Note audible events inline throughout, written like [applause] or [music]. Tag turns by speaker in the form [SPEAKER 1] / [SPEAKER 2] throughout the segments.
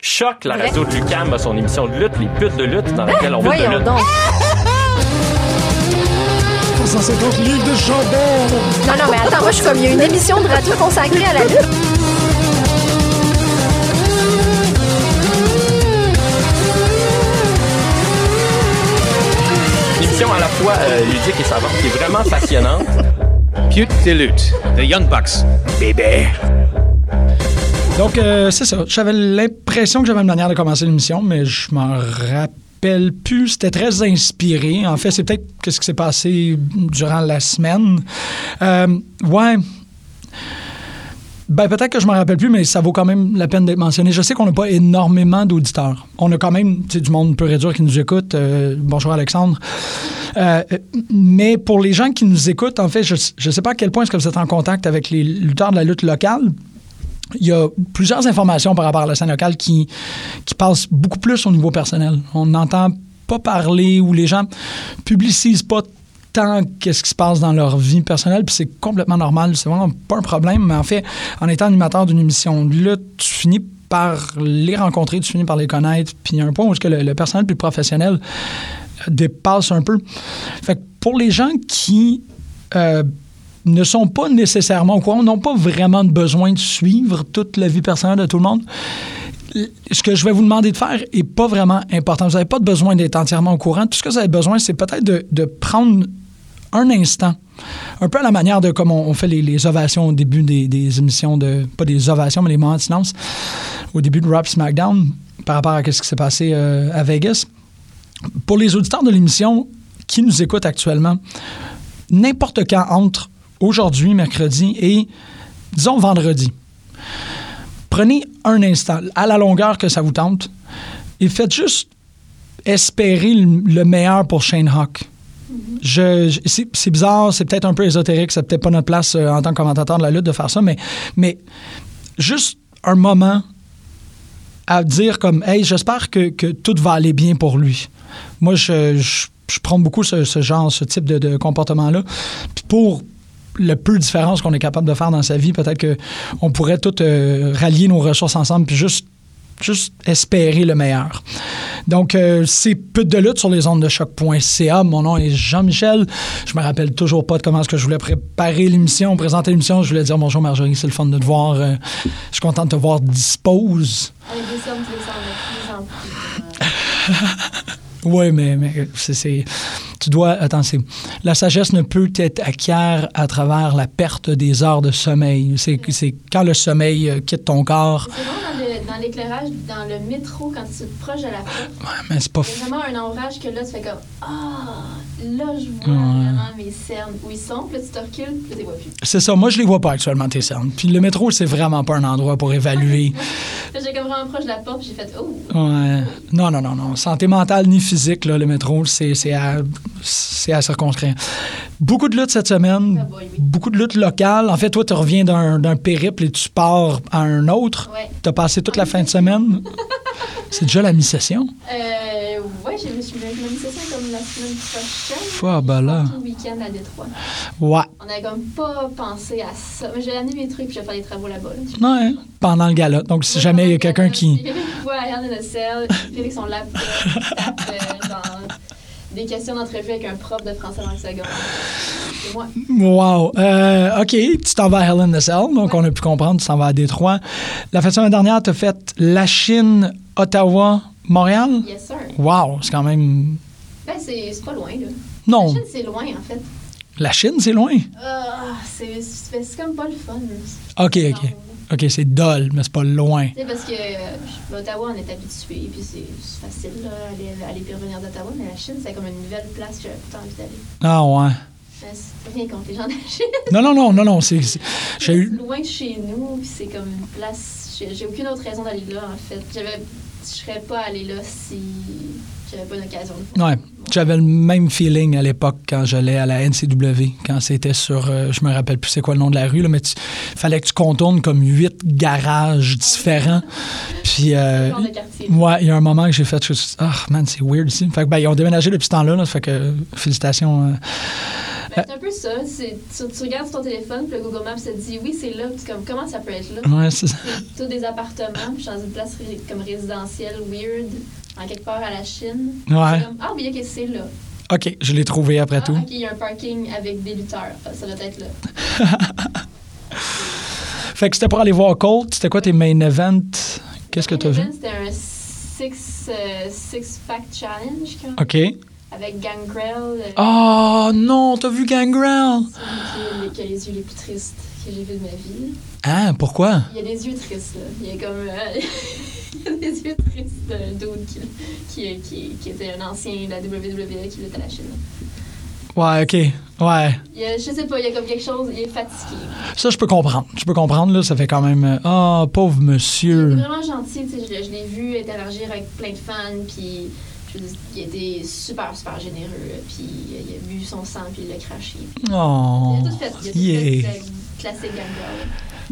[SPEAKER 1] Choc, la radio de Lucam a son émission de lutte, les putes de lutte, dans laquelle on parle de
[SPEAKER 2] Ben, Voyons
[SPEAKER 1] lutte.
[SPEAKER 2] donc.
[SPEAKER 3] 350 livres de chambon.
[SPEAKER 2] Non, non, mais attends, moi, je suis comme, il y a une émission de radio consacrée à la lutte.
[SPEAKER 1] Une émission à la fois euh, ludique et savante qui est vraiment passionnante.
[SPEAKER 4] Pute de lutte, The Young Bucks.
[SPEAKER 3] Donc, euh, c'est ça. J'avais l'impression que j'avais une manière de commencer l'émission, mais je m'en rappelle plus. C'était très inspiré. En fait, c'est peut-être ce qui s'est passé durant la semaine. Euh, ouais. Ben, peut-être que je m'en rappelle plus, mais ça vaut quand même la peine d'être mentionné. Je sais qu'on n'a pas énormément d'auditeurs. On a quand même tu sais, du monde peu réduit qui nous écoute. Euh, bonjour Alexandre. Euh, mais pour les gens qui nous écoutent, en fait, je ne sais pas à quel point est-ce que vous êtes en contact avec les lutteurs de la lutte locale. Il y a plusieurs informations par rapport à la scène locale qui, qui passent beaucoup plus au niveau personnel. On n'entend pas parler ou les gens publicisent pas tant qu'est-ce qui se passe dans leur vie personnelle, puis c'est complètement normal, c'est vraiment pas un problème, mais en fait, en étant animateur d'une émission de lutte, tu finis par les rencontrer, tu finis par les connaître, puis il y a un point où est-ce que le, le personnel puis le professionnel dépasse un peu. Fait que pour les gens qui euh, ne sont pas nécessairement au courant, n'ont pas vraiment de besoin de suivre toute la vie personnelle de tout le monde, l- ce que je vais vous demander de faire est pas vraiment important. Vous n'avez pas de besoin d'être entièrement au courant. Tout ce que vous avez besoin, c'est peut-être de, de prendre un instant, un peu à la manière de comme on, on fait les, les ovations au début des, des émissions de... Pas des ovations, mais les moments de silence au début de Rap SmackDown par rapport à ce qui s'est passé euh, à Vegas pour les auditeurs de l'émission qui nous écoutent actuellement, n'importe quand entre aujourd'hui, mercredi et, disons, vendredi, prenez un instant, à la longueur que ça vous tente, et faites juste espérer le, le meilleur pour Shane Hawk. Je- je- c'est c'est bizarre, c'est peut-être un peu ésotérique, c'est peut-être pas notre place euh, en tant que commentateur de la lutte de faire ça, mais, mais juste un moment à dire comme Hey, j'espère que, que tout va aller bien pour lui. Moi, je, je, je prends beaucoup ce, ce genre, ce type de, de comportement-là. Puis pour le peu de différence qu'on est capable de faire dans sa vie, peut-être qu'on pourrait tout euh, rallier nos ressources ensemble puis juste juste espérer le meilleur. Donc, euh, c'est Pute de lutte sur les ondes de choc.ca. Mon nom est Jean-Michel. Je me rappelle toujours pas de comment est-ce que je voulais préparer l'émission, présenter l'émission. Je voulais dire bonjour Marjorie, c'est le fun de te voir. Euh, je suis content de te voir dispose.
[SPEAKER 5] Avec des sommes qui me semblent de plus en plus. euh,
[SPEAKER 3] Oui, mais, mais c'est- c'est. Tu dois. Attends, c'est. La sagesse ne peut être acquière à travers la perte des heures de sommeil. C'est c'est quand le sommeil euh, quitte ton corps.
[SPEAKER 5] C'est bon dans le- dans l'éclairage, dans le métro, quand tu te proches de la porte,
[SPEAKER 3] Mais c'est pas.
[SPEAKER 5] il y a
[SPEAKER 3] f-
[SPEAKER 5] vraiment un ombrage que là, tu fais comme Ah, là, je vois
[SPEAKER 3] Ouais.
[SPEAKER 5] vraiment mes cernes où ils sont, puis là, tu te recules, puis là, tu les vois plus.
[SPEAKER 3] C'est ça. Moi, je les vois pas actuellement, tes cernes. Puis le métro, c'est vraiment pas un endroit pour évaluer.
[SPEAKER 5] Là, j'ai comme vraiment proche de la porte, puis j'ai fait Oh,
[SPEAKER 3] Ouais. Non, non, non, non. Santé mentale ni physique, là, le métro, c'est c'est à, c'est à circonscrire. Beaucoup de luttes cette semaine.
[SPEAKER 5] Ah boy, oui.
[SPEAKER 3] Beaucoup de luttes locales. En fait, toi, tu reviens d'un d'un périple et tu pars à un autre.
[SPEAKER 5] ouais.
[SPEAKER 3] T'as passé toute la fin de semaine. C'est déjà la mi-session?
[SPEAKER 5] Euh, ouais, je me suis je me disais ça comme la semaine prochaine.
[SPEAKER 3] Pas bah là.
[SPEAKER 5] Tout le week-end à Détroit.
[SPEAKER 3] Ouais.
[SPEAKER 5] On avait comme pas pensé à ça. Mais j'ai amené mes trucs, puis je vais faire des travaux là-bas. là.
[SPEAKER 3] Ouais. hein. Pendant le gala. Donc, si jamais il y a quelqu'un
[SPEAKER 5] [laughs]
[SPEAKER 3] qui.
[SPEAKER 5] Ouais, Ariane et le sel, puis avec son laptop, euh, genre, des questions d'entrevue avec un prof de français dans le second. Et moi,
[SPEAKER 3] Wow. Euh, OK, tu t'en vas à Helen de Cell, donc on a pu comprendre, tu t'en vas à Détroit. La fin de semaine dernière, t'as fait la Chine, Ottawa, Montréal.
[SPEAKER 5] yes sir.
[SPEAKER 3] Wow, c'est quand même.
[SPEAKER 5] Ben, c'est c'est pas loin, là.
[SPEAKER 3] Non,
[SPEAKER 5] La Chine, c'est loin, en fait.
[SPEAKER 3] la Chine, c'est loin.
[SPEAKER 5] Ah, c'est c'est c'est comme pas le fun.
[SPEAKER 3] OK,
[SPEAKER 5] Non.
[SPEAKER 3] OK. OK, c'est dol, mais c'est pas loin.
[SPEAKER 5] Tu sais, parce que euh, Ottawa, on est habitué, puis c'est c'est facile, là, aller, aller puis revenir d'Ottawa, mais la Chine, c'est comme une nouvelle place que j'avais pas envie d'aller.
[SPEAKER 3] Ah, ouais.
[SPEAKER 5] Ben, c'est rien contre les gens de la Chine.
[SPEAKER 3] Non, non, non, non, non. c'est- c'est- J'ai eu.
[SPEAKER 5] loin de chez nous, puis c'est comme une place. J'ai j'ai aucune autre raison d'aller là, en fait. J'avais, je serais pas allée là si j'avais pas une occasion. de faire.
[SPEAKER 3] Ouais. J'avais le même feeling à l'époque quand j'allais à la NCW, quand c'était sur, euh, je me rappelle plus c'est quoi le nom de la rue, là, mais tu, fallait que tu contournes comme huit garages différents. Puis, euh,
[SPEAKER 5] Genre de quartier.
[SPEAKER 3] ouais, il y a un moment que j'ai fait, je me suis dit, ah man, c'est weird ici. Fait que, ben, ils ont déménagé depuis ce temps-là, là, fait que, félicitations euh,
[SPEAKER 5] Ben, c'est un peu ça. C'est- Tu, tu regardes sur ton téléphone, puis le Google Maps te dit oui, c'est là. Puis tu es comme, comment ça peut être là?
[SPEAKER 3] Ouais, c'est ça.
[SPEAKER 5] C'est tous des appartements, puis je suis dans une place ré- comme résidentielle, weird, en quelque part à la Chine.
[SPEAKER 3] Ouais.
[SPEAKER 5] C'est comme, ah oui, ok, c'est là.
[SPEAKER 3] OK, je l'ai trouvé après
[SPEAKER 5] Ah,
[SPEAKER 3] tout.
[SPEAKER 5] ok, il y a un parking avec des lutteurs. Ah, Ça doit être là.
[SPEAKER 3] Fait que c'était pour aller voir Colt. C'était quoi tes main events? Qu'est-ce que
[SPEAKER 5] Le
[SPEAKER 3] t'as vu?
[SPEAKER 5] C'était un six, euh, six pack challenge, quand-
[SPEAKER 3] OK.
[SPEAKER 5] avec Gangrel. euh,
[SPEAKER 3] Oh non, t'as vu Gangrel!
[SPEAKER 5] celui qui, qui a les yeux les plus tristes que j'ai vu de ma vie.
[SPEAKER 3] Hein, pourquoi?
[SPEAKER 5] Il a des yeux tristes, là. Il a comme. euh, [laughs] il a des yeux tristes d'un dude qui, qui, qui, qui était un ancien de la WWE qui luttait à la Chine.
[SPEAKER 3] Ouais, OK. Ouais.
[SPEAKER 5] Il y a- je sais pas, il y a comme quelque chose, il est fatigué.
[SPEAKER 3] Ça, je peux comprendre. Je peux comprendre, là. Ça fait quand même. euh, Ah, pauvre
[SPEAKER 5] Il
[SPEAKER 3] monsieur.
[SPEAKER 5] était vraiment gentil, tu sais, je, l'ai- je l'ai vu interagir avec plein de fans, puis je veux dire, il était super, super généreux, puis euh, il a bu son sang, puis il l'a craché.
[SPEAKER 3] Oh.
[SPEAKER 5] Il a tout fait, il a tout
[SPEAKER 3] Yeah.
[SPEAKER 5] fait, c'était classique Gangrel.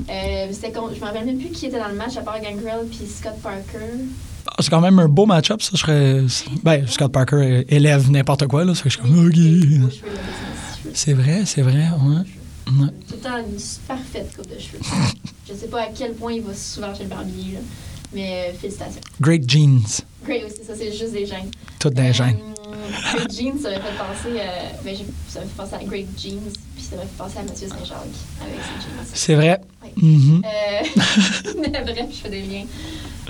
[SPEAKER 5] Euh, c'était con- je me rappelle même plus qui était dans le match, à part Gangrel, puis Scott Parker.
[SPEAKER 3] Ah, C'est quand même un beau match-up, ça. Je serais. Ben, Scott Parker euh, élève n'importe quoi, là. Ça fait que je suis comme.
[SPEAKER 5] Avec
[SPEAKER 3] Ah, OK.
[SPEAKER 5] beaux cheveux, là, des petits cheveux.
[SPEAKER 3] C'est vrai, c'est vrai, ouais. Ouais.
[SPEAKER 5] Tout le temps une parfaite coupe
[SPEAKER 3] [laughs]
[SPEAKER 5] de cheveux. je sais pas à quel point il va souvent chez le barbier, là, mais euh, félicitations.
[SPEAKER 3] Great jeans.
[SPEAKER 5] Great aussi, ça c'est juste des gènes.
[SPEAKER 3] Toutes des gens.
[SPEAKER 5] Euh, Great Jeans, ça m'a fait penser à, ben, j'ai- ça m'a fait penser à Great Jeans, puis ça m'a fait penser à Mathieu Saint-Jacques avec ses jeans.
[SPEAKER 3] C'est vrai.
[SPEAKER 5] Ouais.
[SPEAKER 3] Mhm.
[SPEAKER 5] Euh, [laughs] mais bref, je fais des liens.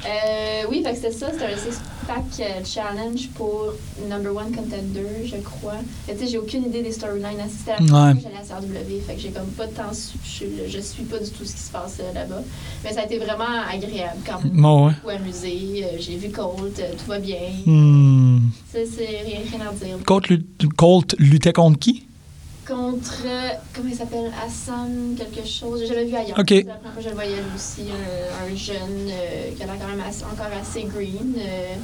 [SPEAKER 5] Euh, oui, fait que c'était ça, c'était un six-pack euh, challenge pour number one contender, je crois. Fait que, Tu sais, j'ai aucune idée des storylines. là, C'était la première
[SPEAKER 3] Ouais.
[SPEAKER 5] fois que j'allais à CRW, fait que j'ai comme pas de temps, su- je, je suis pas du tout ce qui se passe euh, là-bas. Mais ça a été vraiment agréable quand même.
[SPEAKER 3] Bon, ouais.
[SPEAKER 5] Beaucoup amusé, euh, j'ai vu Colt, euh, tout va bien.
[SPEAKER 3] Hmm.
[SPEAKER 5] Ça, c'est rien, rien à dire.
[SPEAKER 3] Colt, lut- Colt luttait contre qui?
[SPEAKER 5] contre, euh, comment il s'appelle, Hassan quelque chose. Je l'ai vu ailleurs.
[SPEAKER 3] Ok.
[SPEAKER 5] C'est La première fois que je le voyais lui aussi, un, un jeune euh, qui a l'air quand même assez- encore assez green. euh,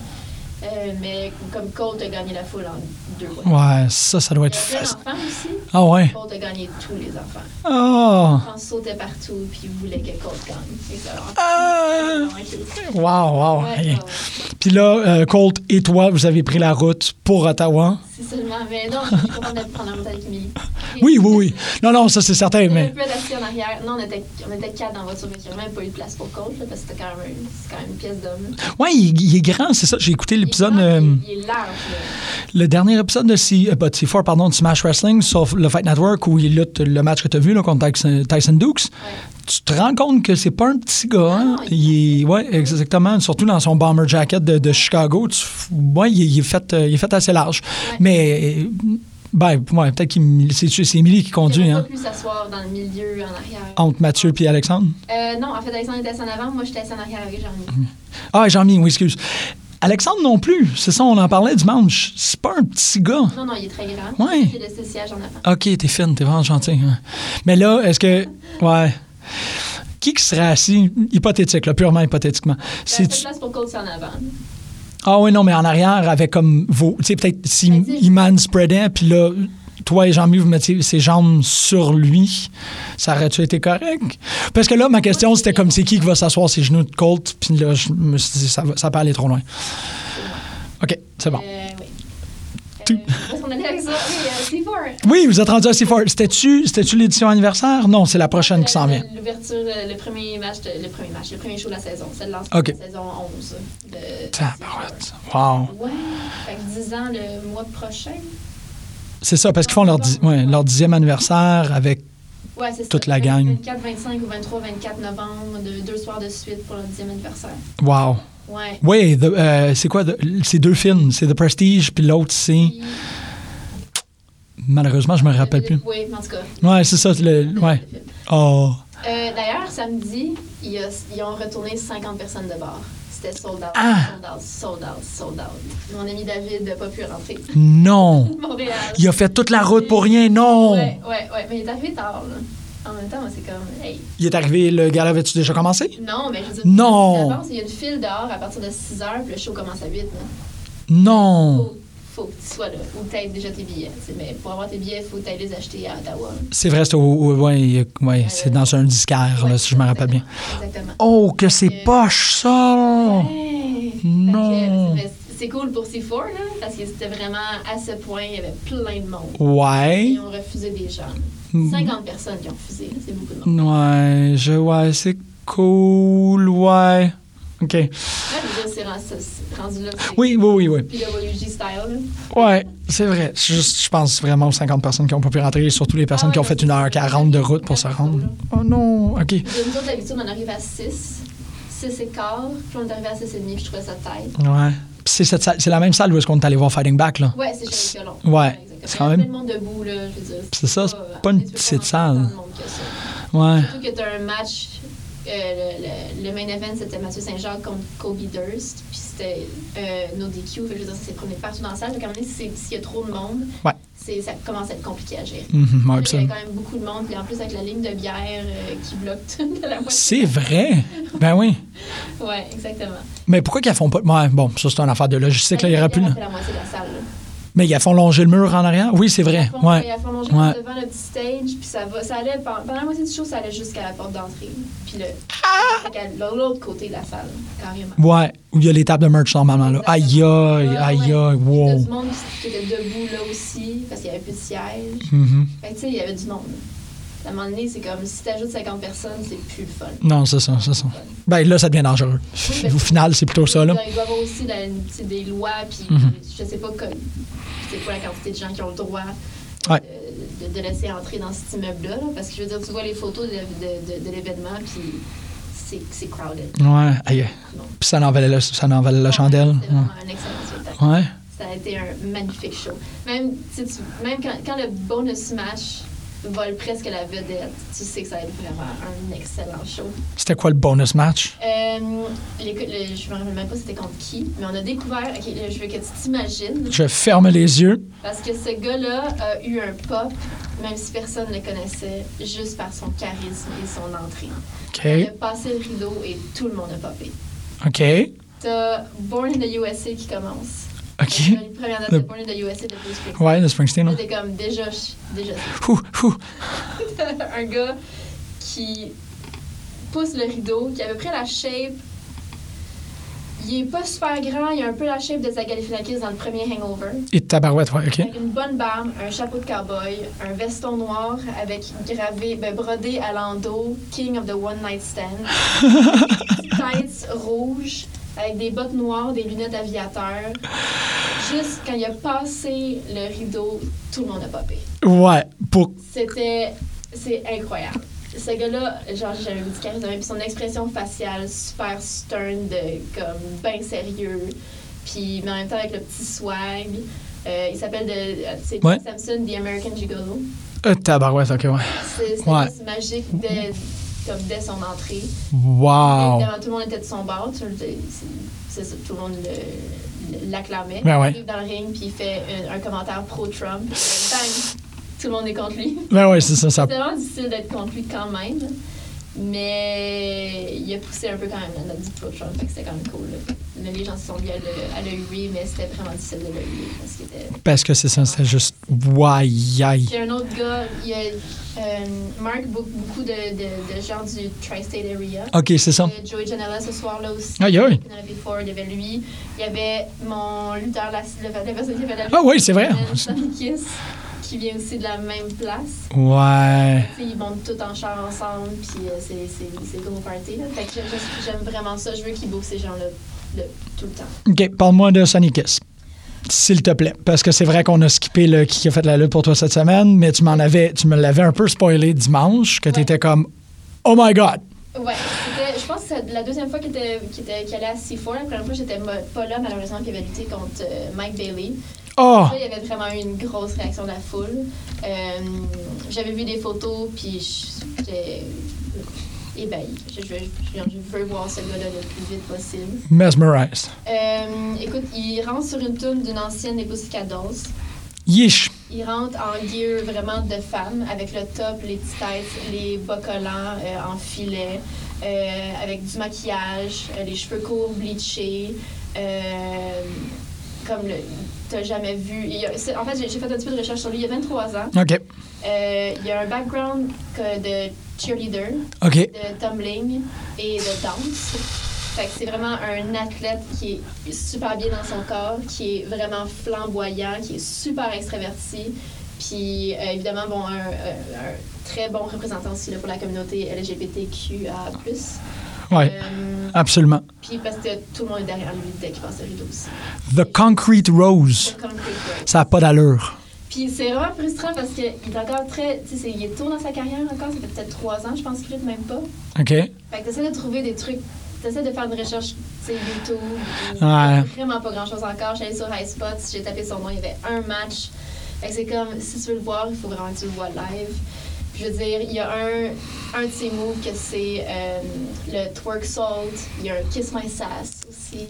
[SPEAKER 5] euh, mais comme Colt a gagné la foule en deux fois.
[SPEAKER 3] Ouais, ça, ça doit
[SPEAKER 5] Il
[SPEAKER 3] être.
[SPEAKER 5] y avait plein
[SPEAKER 3] fast.
[SPEAKER 5] d'enfants aussi.
[SPEAKER 3] Ah, ouais.
[SPEAKER 5] Colt a gagné tous les enfants.
[SPEAKER 3] Oh.
[SPEAKER 5] On sautait partout puis il voulait que Colt gagne. Excellent.
[SPEAKER 3] Ah. Wow, wow.
[SPEAKER 5] Ouais, ouais.
[SPEAKER 3] Puis là, euh, Colt et toi, vous avez pris la route pour Ottawa.
[SPEAKER 5] C'est seulement. Mais non, je suis contente de prendre la route avec Emily.
[SPEAKER 3] Oui, oui, oui. Non, non, ça, c'est certain,
[SPEAKER 5] On [laughs]
[SPEAKER 3] mais.
[SPEAKER 5] peut être assis en arrière. Non, on était, on était quatre dans la voiture, mais il n'y a même pas eu de place pour Colt, là, parce que c'était quand même, un- c'est quand même une pièce d'homme.
[SPEAKER 3] Ouais, il, il est grand, c'est ça. J'ai écouté
[SPEAKER 5] Il est
[SPEAKER 3] l'épisode.
[SPEAKER 5] grand,
[SPEAKER 3] euh,
[SPEAKER 5] Il il est large, là.
[SPEAKER 3] le dernier épisode de C, euh, pas de C4, pardon, de Smash Wrestling, sauf le Fight Network où il lutte le match que tu as vu là, contre Tyson, Tyson Dukes. Tu te rends compte que c'est pas un petit gars. hein?
[SPEAKER 5] non,
[SPEAKER 3] il est, ouais, exactement. Surtout dans son bomber jacket de, de Chicago. Tu, ouais, il, est- il est fait, euh, il est fait assez large. Mais, euh, ben, ouais, peut-être que c'est c'est Émilie qui
[SPEAKER 5] Il
[SPEAKER 3] conduit,
[SPEAKER 5] n'aurait
[SPEAKER 3] hein,
[SPEAKER 5] pas pu s'asseoir dans le milieu, en arrière.
[SPEAKER 3] entre Mathieu et Alexandre.
[SPEAKER 5] Euh, non, en fait, Alexandre était assis en avant, moi j'étais assis en arrière avec Jean-Mi.
[SPEAKER 3] Ah, Jean-Mi, oui, excuse. Alexandre non plus. C'est ça, on en parlait dimanche. C'est pas un petit gars.
[SPEAKER 5] Non, non, il est très grand.
[SPEAKER 3] Ouais.
[SPEAKER 5] J'ai laissé le siège en avant. Euh,
[SPEAKER 3] OK, t'es fine, t'es vraiment gentil. hein. Mais là, est-ce que. Ouais. Qui qui serait assis, hypothétique, là, purement hypothétiquement?
[SPEAKER 5] Il
[SPEAKER 3] Si
[SPEAKER 5] n'y
[SPEAKER 3] tu-
[SPEAKER 5] place pour Colt, c'est en avant.
[SPEAKER 3] Ah oui, non, mais en arrière, avec comme vos. Tu sais, peut-être
[SPEAKER 5] Ben, tu sais,
[SPEAKER 3] s'il manspreadait, puis là, toi et Jean-Mi, vous mettiez ses jambes sur lui, ça aurait-tu été correct? Parce que là, ma question, c'était comme c'est qui qui va s'asseoir ses genoux de Colt, puis là, je me suis dit, ça, va- ça peut aller trop loin. OK, c'est bon.
[SPEAKER 5] Euh, oui.
[SPEAKER 3] Tu-
[SPEAKER 5] Euh, où est-ce qu'on allait avec ça? Oui, euh, c'est fort.
[SPEAKER 3] Oui, vous êtes rendu assez fort. C'était-tu c'était-tu l'édition anniversaire? Non, c'est la prochaine
[SPEAKER 5] Euh,
[SPEAKER 3] qui s'en vient.
[SPEAKER 5] L'ouverture, euh, le premier match, de- le premier match, le premier show de la saison. C'est le lancement
[SPEAKER 3] Ok.
[SPEAKER 5] de la saison 11. De...
[SPEAKER 3] Tabarouette. Wow.
[SPEAKER 5] Ouais, fait que 10 ans le mois prochain.
[SPEAKER 3] C'est ça, parce qu'ils font leur, dix- ouais, leur dixième anniversaire avec.
[SPEAKER 5] Ouais, c'est ça.
[SPEAKER 3] Toute la gang.
[SPEAKER 5] 24, 25 ou 23, 24 novembre, de- deux soirs de suite pour le 10e anniversaire.
[SPEAKER 3] Wow.
[SPEAKER 5] Ouais.
[SPEAKER 3] Oui, euh, c'est quoi? the- c'est deux films. C'est The Prestige, puis l'autre, c'est.
[SPEAKER 5] Puis,
[SPEAKER 3] Malheureusement, je me rappelle
[SPEAKER 5] le-
[SPEAKER 3] plus.
[SPEAKER 5] Oui, en tout cas.
[SPEAKER 3] Ouais, c'est ça. Le, ouais.
[SPEAKER 5] le film.
[SPEAKER 3] Oh.
[SPEAKER 5] Euh, D'ailleurs, samedi, il y a- ils ont retourné 50 personnes de bar. C'était sold out,
[SPEAKER 3] Ah!
[SPEAKER 5] sold out, sold out, sold out. Mon ami David n'a pas pu rentrer. [laughs]
[SPEAKER 3] Non.
[SPEAKER 5] Montréal.
[SPEAKER 3] Il a fait toute la route pour rien. Non.
[SPEAKER 5] Ouais, ouais, ouais. Mais il est arrivé tard, là. En même temps, moi, c'est comme, hey.
[SPEAKER 3] Il est arrivé, le gars avait-tu déjà commencé?
[SPEAKER 5] Non, mais je veux dire,
[SPEAKER 3] Non!
[SPEAKER 5] d'avance, il y a une file dehors à partir de 6 h, puis le show commence à 8. Là.
[SPEAKER 3] Non.
[SPEAKER 5] Faut, faut que tu sois là, ou que tu aies déjà tes billets. tu sais, Mais pour avoir tes billets, faut que tu ailles les acheter à Ottawa.
[SPEAKER 3] C'est vrai, c'est au- au- ouais, il y a- ouais, c'est dans un disquaire, là,
[SPEAKER 5] Ouais,
[SPEAKER 3] si je me rappelle bien.
[SPEAKER 5] Exactement.
[SPEAKER 3] Oh, que c'est poche, ça!
[SPEAKER 5] Ouais. Fait que,
[SPEAKER 3] Non.
[SPEAKER 5] c'est- c'est- c'est cool pour C4, là, parce que c'était vraiment à ce point, il y avait plein de monde.
[SPEAKER 3] Ouais.
[SPEAKER 5] Ils ont refusé des gens.
[SPEAKER 3] Mm.
[SPEAKER 5] 50 personnes qui ont refusé, c'est beaucoup de monde.
[SPEAKER 3] Ouais, je, ouais, c'est cool, ouais. OK.
[SPEAKER 5] Là, Ah, je veux dire, c'est ren- c'est- c'est rendu là. c'est-
[SPEAKER 3] Oui, oui, oui, oui.
[SPEAKER 5] PWG style, là.
[SPEAKER 3] Ouais, c'est vrai. C'est juste, je pense vraiment aux 50 personnes qui n'ont pas pu rentrer, et surtout les personnes
[SPEAKER 5] Ah ouais,
[SPEAKER 3] qui ont fait une heure 40 de route pour se rendre. Oh non, OK.
[SPEAKER 5] Puis Nous autres, d'habitude, on arrive à 6, 6 et quart, puis on est arrivé à 6 et demi, puis je trouvais ça tête.
[SPEAKER 3] Ouais. Puis C'est cette salle- c'est la même salle où est-ce qu'on est allé voir Fighting Back, là.
[SPEAKER 5] Ouais, c'est chez les colons.
[SPEAKER 3] Ouais,
[SPEAKER 5] exactement.
[SPEAKER 3] c'est
[SPEAKER 5] Il y
[SPEAKER 3] quand
[SPEAKER 5] a
[SPEAKER 3] même-
[SPEAKER 5] plein de monde debout, là, je veux dire.
[SPEAKER 3] C'est ça, c'est pas une
[SPEAKER 5] tu peux
[SPEAKER 3] petite
[SPEAKER 5] rentrer tant de
[SPEAKER 3] salle.
[SPEAKER 5] monde que ça.
[SPEAKER 3] Ouais.
[SPEAKER 5] Surtout que t'as un match, euh, le, le- le main event, c'était Mathieu Saint-Jacques contre Kobe Durst, puis c'était euh, no DQ, fait que je veux dire, ça s'est promené partout dans la salle, mais quand même, si c'est- s'il y a trop de monde,
[SPEAKER 3] Ouais.
[SPEAKER 5] c'est- ça commence à être compliqué à gérer.
[SPEAKER 3] Mhm, ouais,
[SPEAKER 5] Puis là, Il y
[SPEAKER 3] absolument.
[SPEAKER 5] avait quand même beaucoup de monde, puis en plus avec la ligne de bière euh, qui bloque toute la moitié.
[SPEAKER 3] C'est vrai. Ben oui.
[SPEAKER 5] Ouais, exactement.
[SPEAKER 3] Mais pourquoi qu'ils font pas. Ouais, bon, ça, c'est une affaire de logistique, là. Il y aurait plus.
[SPEAKER 5] Elle fait la moitié de la salle. là.
[SPEAKER 3] Mais ils font longer le mur en arrière? Oui, c'est vrai.
[SPEAKER 5] Bon,
[SPEAKER 3] Ouais.
[SPEAKER 5] et à fond manger
[SPEAKER 3] Ouais.
[SPEAKER 5] devant le petit stage, puis ça va, ça allait pendant, pendant la moitié du show, ça allait jusqu'à la porte d'entrée, puis le
[SPEAKER 3] Ah!
[SPEAKER 5] à l'autre côté de la salle, carrément.
[SPEAKER 3] Ouais. Où il y a les tables de merch normalement, là. Aïe, aïe,
[SPEAKER 5] Ah,
[SPEAKER 3] aïe, aïe.
[SPEAKER 5] ouais. Puis Il y a
[SPEAKER 3] Wow.
[SPEAKER 5] du monde qui était debout là aussi, parce qu'il n'y avait plus de siège.
[SPEAKER 3] Mhm.
[SPEAKER 5] Fait que, tu sais, il y avait du monde. À un moment donné, c'est comme si tu ajoutes 50 personnes, c'est plus le fun.
[SPEAKER 3] Non, c'est ça, c'est ça. Ben là, ça devient dangereux.
[SPEAKER 5] ben-
[SPEAKER 3] Au final, c'est plutôt ça, là. Mm-hmm.
[SPEAKER 5] Il doit y avoir aussi la- tu sais, des lois, puis je sais pas comme, c'est quoi la quantité de gens qui ont le droit euh,
[SPEAKER 3] Ouais.
[SPEAKER 5] de, de- de laisser entrer dans cet immeuble-là. là, parce que je veux dire, tu vois les photos de, de- de- de l'événement, puis c'est, c'est crowded.
[SPEAKER 3] Ouais, aïe. Puis ça en valait la, ça en valait la chandelle.
[SPEAKER 5] C'est vraiment un excellent spectacle.
[SPEAKER 3] Ouais.
[SPEAKER 5] Ça a été un magnifique show. Même, tu sais, tu- même quand, quand le bonus match vole presque la vedette, tu sais que ça va être vraiment un excellent show.
[SPEAKER 3] C'était quoi le bonus match?
[SPEAKER 5] Euh, les- le- je me rappelle même pas c'était contre qui, mais on a découvert. ok, là, je veux que tu t'imagines
[SPEAKER 3] Je ferme les yeux.
[SPEAKER 5] parce que ce gars-là a eu un pop, même si personne ne le connaissait, juste par son charisme et son entrée.
[SPEAKER 3] OK.
[SPEAKER 5] Il a passé le rideau et tout le monde a popé.
[SPEAKER 3] OK.
[SPEAKER 5] T'as Born in the USA qui commence.
[SPEAKER 3] OK.
[SPEAKER 5] La première date de
[SPEAKER 3] Le-
[SPEAKER 5] Born in the USA de Bruce Springsteen.
[SPEAKER 3] Ouais, le Springsteen, là.
[SPEAKER 5] C'était comme déjà, déjà,
[SPEAKER 3] Ouh, ouh.
[SPEAKER 5] [laughs] un gars qui pousse le rideau, qui a à peu près la shape. Il est pas super grand, il a un peu la shape de Zagalifinakis dans le premier Hangover.
[SPEAKER 3] Et tabarouette, ouais, OK.
[SPEAKER 5] Avec une bonne barbe, un chapeau de cowboy, un veston noir avec gravé, ben, brodé à l'endos, King of the One Night Stand. Tights rouges, avec des bottes noires, des lunettes aviateurs. Juste quand il a passé le rideau, tout le monde a popé.
[SPEAKER 3] Ouais, pour...
[SPEAKER 5] C'était. C'est incroyable. Ce gars-là, genre, j'avais du charisme, puis son expression faciale super stern, de comme ben sérieux, puis mais en même temps avec le petit swag. Euh, il s'appelle de. euh, C'est
[SPEAKER 3] Ouais.
[SPEAKER 5] Samson, The American Gigolo.
[SPEAKER 3] Euh, tabarouette, OK, ouais.
[SPEAKER 5] C'est c'était
[SPEAKER 3] Ouais.
[SPEAKER 5] juste magique dès, comme dès son entrée.
[SPEAKER 3] Wow.
[SPEAKER 5] Évidemment, tout le monde était de son bord. tu- c'est- C'est ça, tout le monde le- l'acclamait.
[SPEAKER 3] Ben ouais.
[SPEAKER 5] Il arrive dans le ring, puis il fait un, un commentaire pro-Trump. Bang! Tout le monde est contre lui.
[SPEAKER 3] Ben ouais, c'est ça, ça...
[SPEAKER 5] C'est vraiment difficile d'être contre lui quand même. Mais il a poussé un peu quand même la note du pro Trump, fait que c'était quand même cool. Là. Là, les gens se sont mis à le, à le huer, mais c'était vraiment difficile de le huer parce qu'il était.
[SPEAKER 3] Parce que c'est ça, c'était juste... Waïe, aïe.
[SPEAKER 5] Puis un autre gars, il y a euh, Mark, beaucoup, beaucoup de, de- de gens du Tri-State Area.
[SPEAKER 3] OK, c'est ça.
[SPEAKER 5] Il y a Joey Janela ce soir-là aussi.
[SPEAKER 3] Aïe, aïe.
[SPEAKER 5] Il y en avait Ford, il y avait lui. Il y avait mon lutteur, la, la, la personne qui avait la
[SPEAKER 3] Ah oui, c'est vrai.
[SPEAKER 5] Sonny Kiss, qui vient aussi de la même place.
[SPEAKER 3] Ouais.
[SPEAKER 5] Tu sais, ils montent tout en char ensemble, puis euh, c'est- c'est c'est gros party. Là. Fait que je- je- j'aime vraiment ça. Je veux qu'ils bougent ces gens-là le- tout le temps.
[SPEAKER 3] OK, parle-moi de Sonic Kiss. S'il te plaît, parce que c'est vrai qu'on a skippé le qui a fait la lutte pour toi cette semaine, mais tu m'en avais, tu me l'avais un peu spoilé dimanche, que
[SPEAKER 5] Ouais.
[SPEAKER 3] t'étais comme, oh my god,
[SPEAKER 5] Ouais, c'était- je pense que c'est la deuxième fois qu'il était, qu'il était- qu'il allait à C4. La première fois, j'étais mo- pas là, malheureusement, puis il avait lutté contre euh, Mike Bailey.
[SPEAKER 3] oh,
[SPEAKER 5] Là, il y avait vraiment eu une grosse réaction de la foule. Euh, J'avais vu des photos, puis je- j'étais ébahie. Je, je, je- je veux voir ce gars-là le plus vite possible.
[SPEAKER 3] mesmerized,
[SPEAKER 5] Euh, écoute, il rentre sur une tourne d'une ancienne des Pussycat Dolls.
[SPEAKER 3] yish,
[SPEAKER 5] Il rentre en gear vraiment de femme, avec le top, les petites têtes, les bas collants euh, en filet, euh, avec du maquillage, euh, les cheveux courts, bleachés, euh, comme le- t'as jamais vu. Il y a- c'est- en fait, j'ai j'ai fait un petit peu de recherche sur lui. Il y a 23 ans.
[SPEAKER 3] ok,
[SPEAKER 5] Euh, il y a un background que de cheerleader,
[SPEAKER 3] ok,
[SPEAKER 5] de tumbling et de danse. Fait que c'est vraiment un athlète qui est super bien dans son corps, qui est vraiment flamboyant, qui est super extraverti. Puis euh, évidemment, bon, un, un- un très bon représentant aussi là, pour la communauté LGBTQA.
[SPEAKER 3] Oui,
[SPEAKER 5] Euh,
[SPEAKER 3] absolument.
[SPEAKER 5] puis parce que tout le monde est derrière lui dès qu'il passe le rideau aussi.
[SPEAKER 3] The Concrete Rose.
[SPEAKER 5] C'est comme que-
[SPEAKER 3] Ça n'a pas d'allure.
[SPEAKER 5] Puis c'est vraiment frustrant parce qu'il est encore très. Tu sais, c'est- il est tôt dans sa carrière encore, ça fait peut-être trois ans, je pense, qu'il est même pas.
[SPEAKER 3] OK?
[SPEAKER 5] Fait que t'essaies de trouver des trucs, t'essaies de faire une recherche, tu sais, YouTube. ou-
[SPEAKER 3] Ouais.
[SPEAKER 5] Vraiment pas grand chose encore. J'allais sur iSpot, j'ai tapé son nom, il y avait un match. Fait que c'est comme, si tu veux le voir, il faut vraiment que tu le vois live. Puis je veux dire, il y a un, un de ses moves que c'est euh, le twerk salt, il y a un kiss my sass aussi.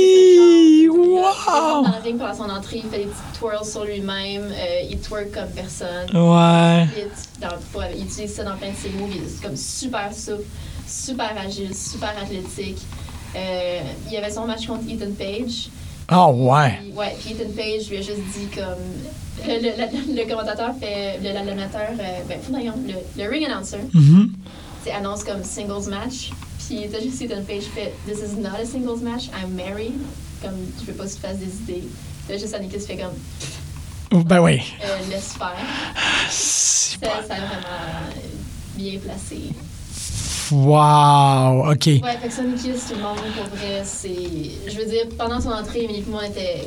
[SPEAKER 3] Yee!
[SPEAKER 5] Dans
[SPEAKER 3] Wow!
[SPEAKER 5] le ring pendant son entrée, il fait des petits twirls sur lui-même, euh, il twerk comme personne.
[SPEAKER 3] Ouais.
[SPEAKER 5] vite dans le poids. Il utilise ça dans plein de ses moves. Il est comme super souple, super agile, super athlétique. Euh, il y avait son match contre Ethan Page.
[SPEAKER 3] Oh, ouais.
[SPEAKER 5] Puis, ouais, puis Ethan Page lui a juste dit comme. Le, le- le- le commentateur fait. Le, l'animateur. euh, ben, voyons, le, le ring announcer
[SPEAKER 3] Mhm.
[SPEAKER 5] tu sais, annonce comme singles match. Puis t'as juste Ethan Page fait This is not a singles match, I'm married. Comme je veux pas que tu te fasses des idées. Là, juste Annika se fait comme
[SPEAKER 3] Ben oui.
[SPEAKER 5] euh, laisse faire.
[SPEAKER 3] C'est
[SPEAKER 5] Ça,
[SPEAKER 3] pas-
[SPEAKER 5] ça a vraiment euh, bien placé.
[SPEAKER 3] Wow. OK.
[SPEAKER 5] Ouais, fait que Sonic Kiss, tout le monde, pour vrai, c'est. Je veux dire, pendant son entrée, Emily Poumon était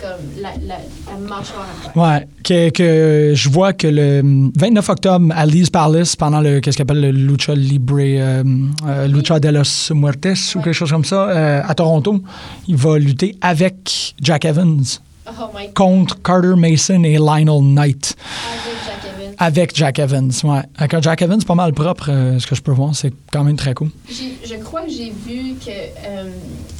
[SPEAKER 5] comme la, la, la mâchoire à terre.
[SPEAKER 3] Ouais, que, que je vois que le hum, 29 octobre à Lee's Palace, pendant le, qu'est-ce qu'on appelle le Lucha Libre, euh, euh, Lucha de los Muertes ou quelque chose comme ça, euh, à Toronto, il va lutter avec Jack Evans
[SPEAKER 5] Oh my god,
[SPEAKER 3] contre Carter Mason et Lionel Knight.
[SPEAKER 5] avec Jack Evans.
[SPEAKER 3] Avec Jack Evans, ouais. Avec un Jack Evans pas mal propre, euh, ce que je peux voir, c'est quand même très cool.
[SPEAKER 5] J'ai- Je crois que j'ai vu que, euh,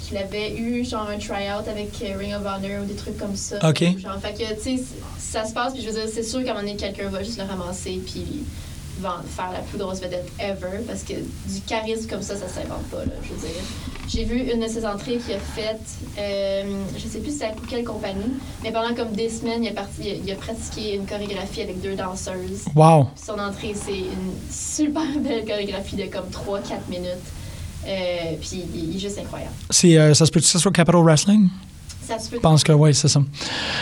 [SPEAKER 5] qu'il avait eu genre un try-out avec euh, Ring of Honor ou des trucs comme ça.
[SPEAKER 3] Ok.
[SPEAKER 5] Genre, fait que, tu sais, ça se passe, puis je veux dire, c'est sûr qu'à un moment donné, quelqu'un va juste le ramasser, puis va en faire la plus grosse vedette ever, parce que du charisme comme ça, ça s'invente pas, là, je veux dire. J'ai vu une de ses entrées qui a fait, euh, je sais plus c'est à quelle compagnie, mais pendant comme des semaines, il a, parti, il a- il a pratiqué une chorégraphie avec deux danseuses.
[SPEAKER 3] Wow.
[SPEAKER 5] Son entrée, c'est une super [laughs] belle chorégraphie de comme 3-4 minutes. Euh, puis il est juste incroyable.
[SPEAKER 3] C'est, euh, ça se peut-tu que ce soit Capital Wrestling?
[SPEAKER 5] Ça se peut.
[SPEAKER 3] Je pense que oui, c'est ça.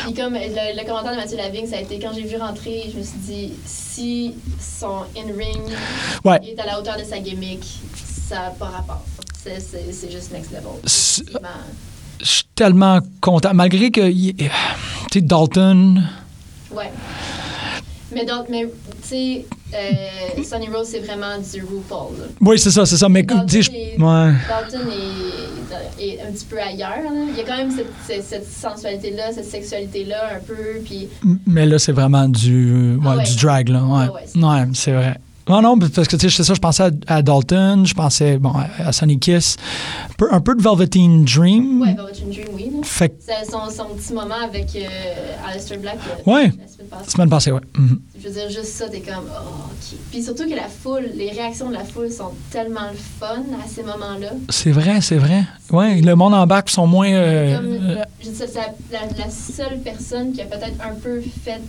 [SPEAKER 5] Puis comme le, le commentaire de Mathieu Lavigne, ça a été quand j'ai vu rentrer, je me suis dit, si son in-ring
[SPEAKER 3] Ouais.
[SPEAKER 5] est à la hauteur de sa gimmick, ça n'a pas rapport. C'est- C'est c'est juste next level.
[SPEAKER 3] C'est-
[SPEAKER 5] Vraiment.
[SPEAKER 3] Je suis tellement content. Malgré que, il- tu sais, Dalton,
[SPEAKER 5] Ouais. Mais, donc- mais tu sais, euh, Sonny Rose, c'est vraiment du RuPaul. là.
[SPEAKER 3] Oui, c'est ça, c'est ça. Mais
[SPEAKER 5] Dans
[SPEAKER 3] dis
[SPEAKER 5] tous les-
[SPEAKER 3] Ouais.
[SPEAKER 5] Dalton est, est un petit peu ailleurs. là. Il y a quand même cette, cette- cette sensualité-là, cette sexualité-là un peu. Puis
[SPEAKER 3] M- Mais là, c'est vraiment du, ouais,
[SPEAKER 5] Ah ouais.
[SPEAKER 3] du drag, là. Ouais,
[SPEAKER 5] Ah ouais, c'est-
[SPEAKER 3] Ouais, c'est vrai. Non, non, parce que, tu sais, c'est ça, je pensais à, à Dalton, je pensais, bon, à, à Sunny Kiss, un peu, un peu de Velveteen Dream.
[SPEAKER 5] ouais, Virgin Dream, oui. là.
[SPEAKER 3] Fait que,
[SPEAKER 5] C'est son, son petit moment avec euh, Aleister Black là,
[SPEAKER 3] Ouais.
[SPEAKER 5] la semaine passée.
[SPEAKER 3] semaine passée, ouais. Mhm.
[SPEAKER 5] Je veux dire, juste ça, t'es comme, oh, ok. Puis surtout que la foule, les réactions de la foule sont tellement le fun à ces moments-là.
[SPEAKER 3] C'est vrai, c'est vrai. Ouais, le monde en bac sont moins. euh,
[SPEAKER 5] Comme,
[SPEAKER 3] euh,
[SPEAKER 5] je sais, c'est la, la- la seule personne qui a peut-être un peu fait,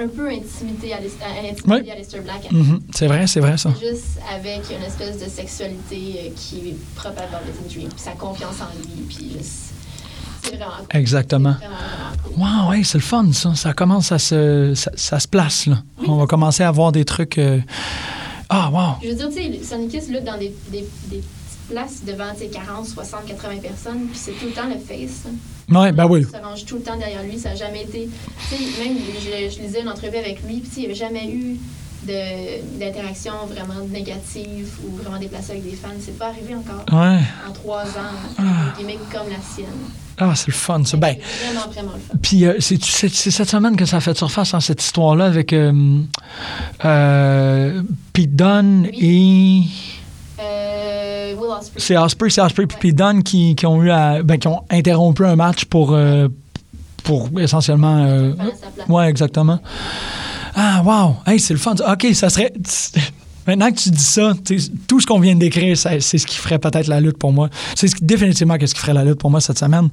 [SPEAKER 5] un peu intimidé Aleister,
[SPEAKER 3] Ouais.
[SPEAKER 5] Black.
[SPEAKER 3] mhm. C'est vrai, c'est vrai, ça.
[SPEAKER 5] Juste avec une espèce de sexualité euh, qui est propre à Velvet Dream, puis sa confiance en lui, puis juste. C'est vraiment cool.
[SPEAKER 3] Exactement.
[SPEAKER 5] C'est vraiment, vraiment cool.
[SPEAKER 3] Wow, ouais, c'est le fun, ça. Ça commence à se, ça, ça se place, là. On va commencer à voir des trucs. euh, Ah, wow.
[SPEAKER 5] Je veux dire, tu sais, Sonic Kiss lutte dans des, des, des petites places devant, tu sais, 40, 60, 80 personnes, puis c'est tout le temps le face. là.
[SPEAKER 3] Ouais, ben oui.
[SPEAKER 5] Il se range tout le temps derrière lui, ça n'a jamais été. Tu sais, même, je, je lisais une entrevue avec lui, puis tu sais, il n'y a jamais eu de- d'interaction vraiment négative ou vraiment déplacée avec des fans. C'est pas arrivé encore
[SPEAKER 3] Ouais.
[SPEAKER 5] en trois ans,
[SPEAKER 3] Ah.
[SPEAKER 5] une gimmick comme la sienne.
[SPEAKER 3] Ah, c'est le fun, ça. Ben,
[SPEAKER 5] C'est vraiment, vraiment le fun.
[SPEAKER 3] Puis euh, c'est c'est- c'est cette semaine que ça a fait surface, hein, cette histoire-là avec euh, euh, Pete Dunne
[SPEAKER 5] Euh, Will Ospreay.
[SPEAKER 3] et. C'est Osprey, c'est Osprey puis Pete Dunne qui, qui ont eu à- ben, qui ont interrompu un match pour, euh, pour essentiellement. euh,
[SPEAKER 5] Faire à sa place.
[SPEAKER 3] ouais, exactement. Ah, wow! Hey, c'est le fun. OK, ça serait. [laughs] Maintenant que tu dis ça, tu sais, tout ce qu'on vient de décrire, ça- c'est ce qui ferait peut-être la lutte pour moi. C'est ce qui- définitivement ce qui ferait la lutte pour moi cette semaine.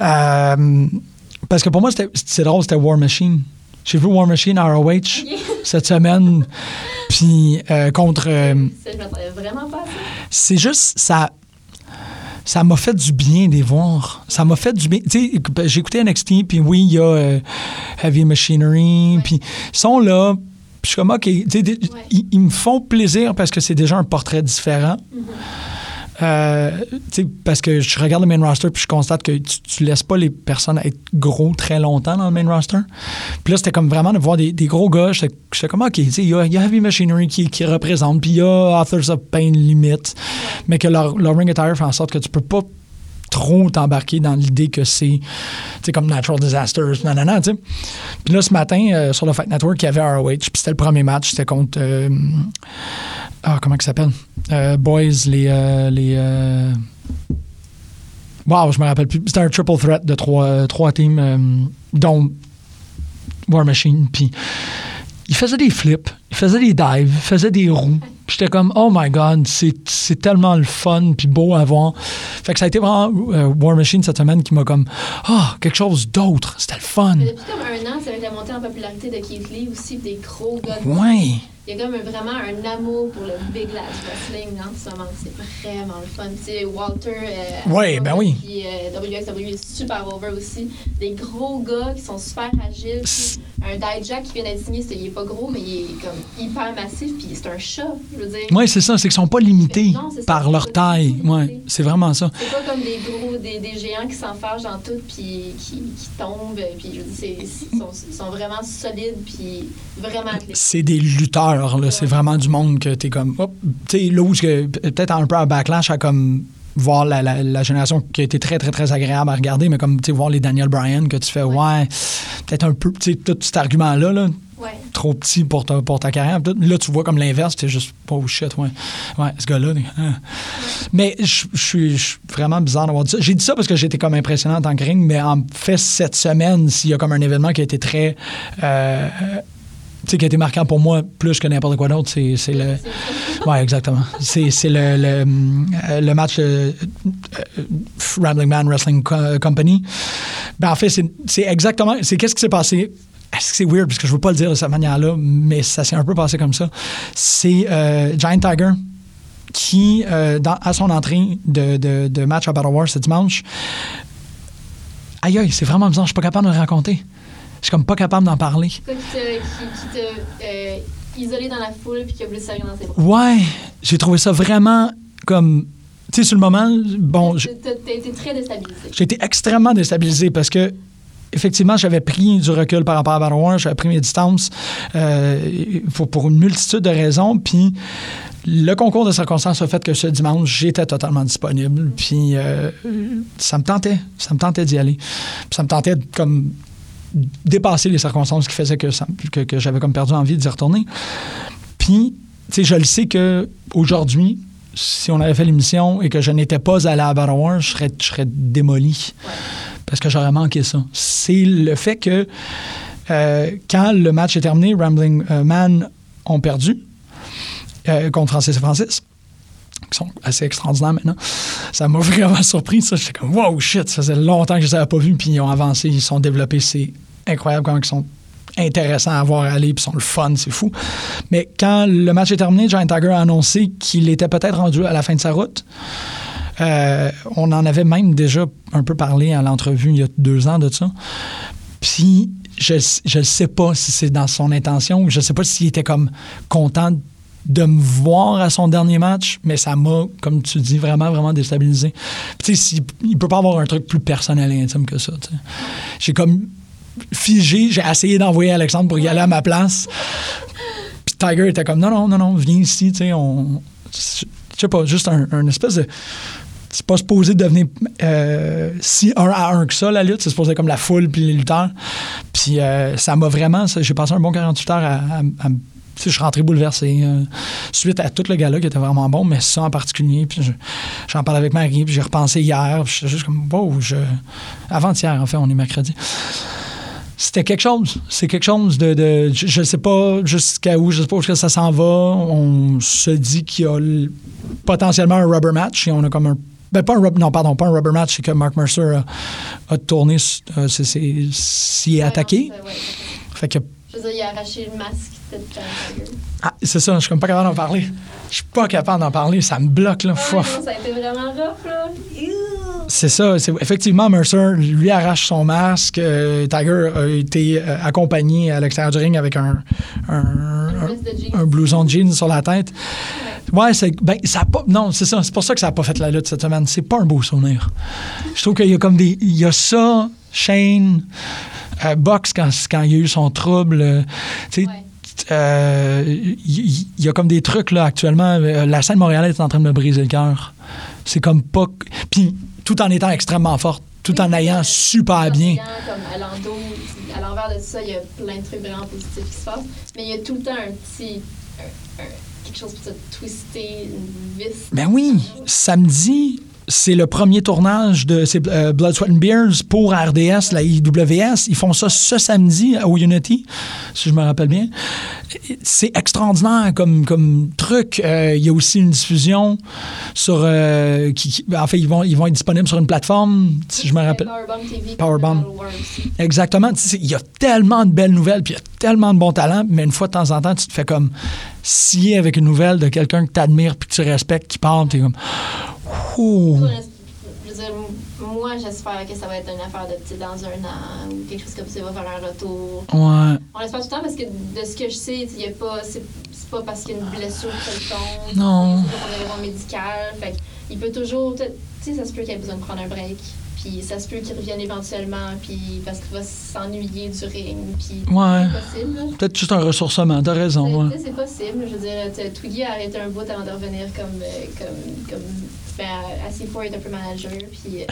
[SPEAKER 3] Euh, parce que pour moi, c'était- c'est drôle, c'était War Machine. J'ai vu War Machine à ROH cette semaine,
[SPEAKER 5] [laughs]
[SPEAKER 3] puis euh, contre. euh,
[SPEAKER 5] Ça, je m'attendais vraiment pas à ça.
[SPEAKER 3] c'est juste, ça. ça m'a fait du bien de les voir. Ça m'a fait du bien. Tu sais, ben, j'ai écouté NXT, puis oui, il y a euh, Heavy Machinery, puis ils sont là. puis Je suis comme, OK, tu sais, des- ils, ils me font plaisir parce que c'est déjà un portrait différent. Euh, tu sais, parce que je regarde le main roster puis je constate que tu, tu laisses pas les personnes être gros très longtemps dans le main roster. Puis là, c'était comme vraiment de voir des, des gros gars. J'étais j'étais comme, OK, tu sais, il y, a il y a Heavy Machinery qui, qui représente, puis il y a Authors of Pain limite, mais que leur, leur ring attire fait en sorte que tu peux pas trop t'embarquer dans l'idée que c'est tu sais, comme Natural Disasters, nanana, tu sais. Puis là, ce matin, euh, sur le Fight Network, il y avait ROH, puis c'était le premier match, c'était contre... euh, ah, comment ils s'appellent? Euh, boys, les... euh, les euh, Wow, je me rappelle plus. C'était un triple threat de trois, trois teams, euh, dont War Machine, puis... Il faisait des flips, il faisait des dives, il faisait des roues. Puis J'étais comme, oh my God, c'est c'est tellement le fun puis beau à voir. Fait que ça a été vraiment euh, War Machine cette semaine qui m'a comme, ah, quelque chose d'autre, c'était le fun.
[SPEAKER 5] Mais Depuis comme un an, c'est avec la montée en popularité de Keith Lee aussi, des gros gars. de-
[SPEAKER 3] Ouais.
[SPEAKER 5] Il y a comme un- vraiment un amour pour le Big Lash Wrestling en ce moment. C'est vraiment le fun. Tu sais, Walter. euh,
[SPEAKER 3] Ouais,
[SPEAKER 5] Alvarez,
[SPEAKER 3] ben oui.
[SPEAKER 5] Puis euh, WXW est super over aussi. Des gros gars qui sont super agiles. puis un Dijak qui vient d'être signé, c'est- il est pas gros, mais il est comme hyper massif. Puis c'est un chat, je veux dire.
[SPEAKER 3] Oui, c'est ça, c'est qu'ils sont pas limités
[SPEAKER 5] Non, c'est ça,
[SPEAKER 3] par
[SPEAKER 5] c'est
[SPEAKER 3] leur
[SPEAKER 5] pas
[SPEAKER 3] taille.
[SPEAKER 5] limité.
[SPEAKER 3] Ouais, c'est vraiment ça.
[SPEAKER 5] C'est pas comme des gros, des, des géants qui s'enfargent dans tout puis qui, qui tombent. euh, Puis je veux dire, c'est- c'est- ils sont, ils sont vraiment solides puis vraiment athlétiques.
[SPEAKER 3] C'est des lutteurs, là. C'est vraiment du monde que t'es comme. hop, Tu sais, là où je- peut-être un peu à backlash à comme voir la, la- la génération qui a été très, très, très agréable à regarder, mais comme, tu sais, voir les Daniel Bryan que tu fais, ouais, peut-être un peu, tu sais, tout cet argument-là, là,
[SPEAKER 5] Ouais.
[SPEAKER 3] trop petit pour ta, pour ta carrière. Peut-être, Là, tu vois comme l'inverse, t'es juste, oh shit, ouais. Ouais, ce gars-là. il- hein. Mais je je suis je suis vraiment bizarre d'avoir dit ça. J'ai dit ça parce que j'étais comme impressionné en tant que ring, mais en fait, cette semaine, s'il y a comme un événement qui a été très. euh, tu sais, qui a été marquant pour moi plus que n'importe quoi d'autre, c'est c'est le. Ouais, exactement. C'est c'est le, le, hum, euh, le match euh, euh, Rambling Man Wrestling Co- euh, Company. Ben, en fait, c'est c'est exactement. C'est qu'est-ce qui s'est passé? Est-ce que c'est weird? Parce que je veux pas le dire de cette manière-là, mais ça s'est un peu passé comme ça. C'est euh, Giant Tiger qui, euh, dans- à son entrée de, de- de match à Battle War ce dimanche, aïe aïe, c'est vraiment bizarre, je suis pas capable de le raconter. Je suis comme pas capable d'en parler.
[SPEAKER 5] Quoi qui t'a qui, qui t'a, euh, isolé dans la foule puis qui a voulu se serrer dans ses bras.
[SPEAKER 3] Ouais, j'ai trouvé ça vraiment comme. Tu sais, sur le moment, bon, j'-
[SPEAKER 5] T'as- T'as t'as été très déstabilisé.
[SPEAKER 3] j'ai été extrêmement déstabilisé parce que. Effectivement, j'avais pris du recul par rapport à Battle War, j'avais pris mes distances euh, pour, pour une multitude de raisons. Puis le concours de circonstances a fait que ce dimanche, j'étais totalement disponible. Puis euh, ça me tentait, ça me tentait d'y aller. Puis ça me tentait de comme dépasser les circonstances qui faisaient que, ça- que, que j'avais comme perdu envie d'y retourner. Puis, tu sais, je le sais que aujourd'hui, si on avait fait l'émission et que je n'étais pas allé à Battle War, je serais, je serais démoli. Parce que j'aurais manqué ça. C'est le fait que euh, quand le match est terminé, Rambling euh, Man ont perdu euh, contre Francis et Francis, qui sont assez extraordinaires maintenant. Ça m'a [laughs] vraiment surpris, ça. J'étais comme, wow, shit, ça faisait longtemps que je les avais pas vus, puis ils ont avancé, ils se sont développés. C'est incroyable comment ils sont intéressants à voir aller, puis ils sont le fun, c'est fou. Mais quand le match est terminé, Giant Tiger a annoncé qu'il était peut-être rendu à la fin de sa route. Euh, on en avait même déjà un peu parlé à l'entrevue il y a deux ans de ça. Puis je ne sais pas si c'est dans son intention ou je sais pas s'il était comme content de me voir à son dernier match, mais ça m'a, comme tu dis, vraiment, vraiment déstabilisé. Puis tu sais, s'il- il peut pas avoir un truc plus personnel et intime que ça. tu sais. J'ai comme figé, j'ai essayé d'envoyer Alexandre pour y aller à ma place. Puis Tiger était comme, non, non, non, non, viens ici, tu sais, on... Je sais pas, juste un, un espèce de c'est pas supposé devenir euh, si un à un que ça, la lutte. C'est supposé être comme la foule puis les lutteurs. Puis euh, ça m'a vraiment... ça- J'ai passé un bon 48 heures à... à- à- tu sais, je suis rentré bouleversé euh, suite à tout le gala qui était vraiment bon, mais ça en particulier. Puis je- j'en parlais avec Marie, puis j'ai repensé hier. Puis j'étais juste comme, wow, je... Avant-hier, en fait, on est mercredi c'était quelque chose. C'est quelque chose de. de- je- je ne sais pas jusqu'à où, je sais pas où est-ce que ça s'en va. On se dit qu'il y a l- potentiellement un rubber match et on a comme un. Ben pas un rub- non, pardon, pas un rubber match, c'est que Mark Mercer a, a tourné, s- euh, s'est- s'est s'y est attaqué.
[SPEAKER 5] Ouais, non, c'est- ouais,
[SPEAKER 3] Fait que
[SPEAKER 5] Je Je veux dire, il a arraché le masque de Taylor.
[SPEAKER 3] Ah, c'est ça, je suis comme pas capable d'en parler. Je suis pas capable d'en parler, ça me bloque, là.
[SPEAKER 5] Ouais,
[SPEAKER 3] Fouf.
[SPEAKER 5] non, ça a été vraiment rough, là. Ew.
[SPEAKER 3] C'est ça, c'est effectivement Mercer lui arrache son masque. euh, Tiger a été euh, accompagné à l'extérieur du ring avec un, un, un-
[SPEAKER 5] veste de jeans.
[SPEAKER 3] un blouson de jeans sur la tête. Ouais, c'est ben ça a pas non, c'est ça, c'est pour ça que ça a pas fait la lutte cette semaine. C'est pas un beau souvenir. Je trouve qu'il y a comme des il y a ça, Shane, euh, Box quand quand il y a eu son trouble, euh, tu sais,
[SPEAKER 5] Ouais.
[SPEAKER 3] euh, il il- il y a comme des trucs là actuellement. euh, La scène montréalaise est en train de me briser le cœur. C'est comme pas. Puis tout en étant extrêmement forte, tout en
[SPEAKER 5] Oui,
[SPEAKER 3] ayant
[SPEAKER 5] euh,
[SPEAKER 3] super bien.
[SPEAKER 5] Comme à l'endos, à l'envers de ça, il y a plein de trucs vraiment positifs qui se passent. Mais il y a tout le temps un petit. un- un- quelque chose pour te twister, une vis.
[SPEAKER 3] Ben oui, samedi, c'est le premier tournage de c'est, euh, Blood, Sweat and Beers pour RDS, la IWS. Ils font ça ce samedi au Unity, si je me rappelle bien. C'est extraordinaire comme, comme truc. Euh, Il y a aussi une diffusion sur. euh, qui, qui- en fait, ils vont, ils vont être disponibles sur une plateforme, si je me rappelle.
[SPEAKER 5] Powerbomb TV.
[SPEAKER 3] Powerbomb.
[SPEAKER 5] Battle War aussi.
[SPEAKER 3] Exactement. Tu sais, Il y a tellement de belles nouvelles, puis il y a tellement de bons talents, mais une fois de temps en temps, tu te fais comme scier avec une nouvelle de quelqu'un que tu admires, puis que tu respectes, qui parle, puis t'es comme. Ouh.
[SPEAKER 5] Je veux dire, moi, j'espère que ça va être une affaire de petit dans un an ou quelque chose comme ça, il va faire un retour.
[SPEAKER 3] Ouais.
[SPEAKER 5] On l'espère tout le temps parce que de ce que je sais, il y a pas, c'est c'est pas parce qu'il y a une blessure quelconque.
[SPEAKER 3] Non.
[SPEAKER 5] C'est pas pour une raison médicale. Fait que il peut toujours, tu sais, ça se peut qu'il ait besoin de prendre un break. Puis ça se peut qu'il revienne éventuellement, puis parce qu'il va s'ennuyer du ring, puis
[SPEAKER 3] Ouais.
[SPEAKER 5] c'est possible. là.
[SPEAKER 3] Peut-être juste un ressourcement, t'as
[SPEAKER 5] Tu
[SPEAKER 3] raison. ouais.
[SPEAKER 5] sais, C'est possible. Je veux dire, tu sais, Twiggy a arrêté un bout avant de revenir comme, euh, comme, comme ben, à- à C4 est un peu manager. Puis euh,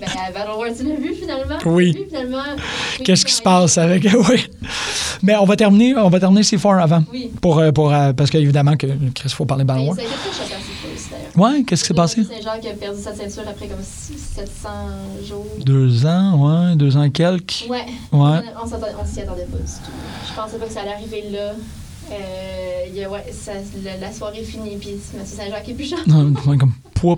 [SPEAKER 5] ben, à Battle War, tu l'as vu finalement? Tu l'as
[SPEAKER 3] Oui.
[SPEAKER 5] vu, finalement?
[SPEAKER 3] Qu'est-ce qui se
[SPEAKER 5] Oui.
[SPEAKER 3] passe avec. [laughs] Oui. Mais on va terminer, on va terminer c fort avant.
[SPEAKER 5] Oui.
[SPEAKER 3] Pour, euh, pour, euh, parce qu'évidemment, que, Chris, faut parler
[SPEAKER 5] Ben,
[SPEAKER 3] Battle War.
[SPEAKER 5] Ça a été très choquant, C4 aussi, d'ailleurs.
[SPEAKER 3] Ouais, qu'est-ce qui s'est passé?
[SPEAKER 5] Saint-Jean qui a perdu sa ceinture après comme 600, 700 jours.
[SPEAKER 3] Deux ans, ouais, deux ans quelques.
[SPEAKER 5] Ouais.
[SPEAKER 3] Ouais.
[SPEAKER 5] On, s'attend- on s'y attendait pas du tout. Je pensais pas que ça allait arriver là. Euh, il y a- ouais, ça- le- la soirée finit, puis Mathieu Saint-Jean qui est plus genre.
[SPEAKER 3] Non, ouais, comme poup.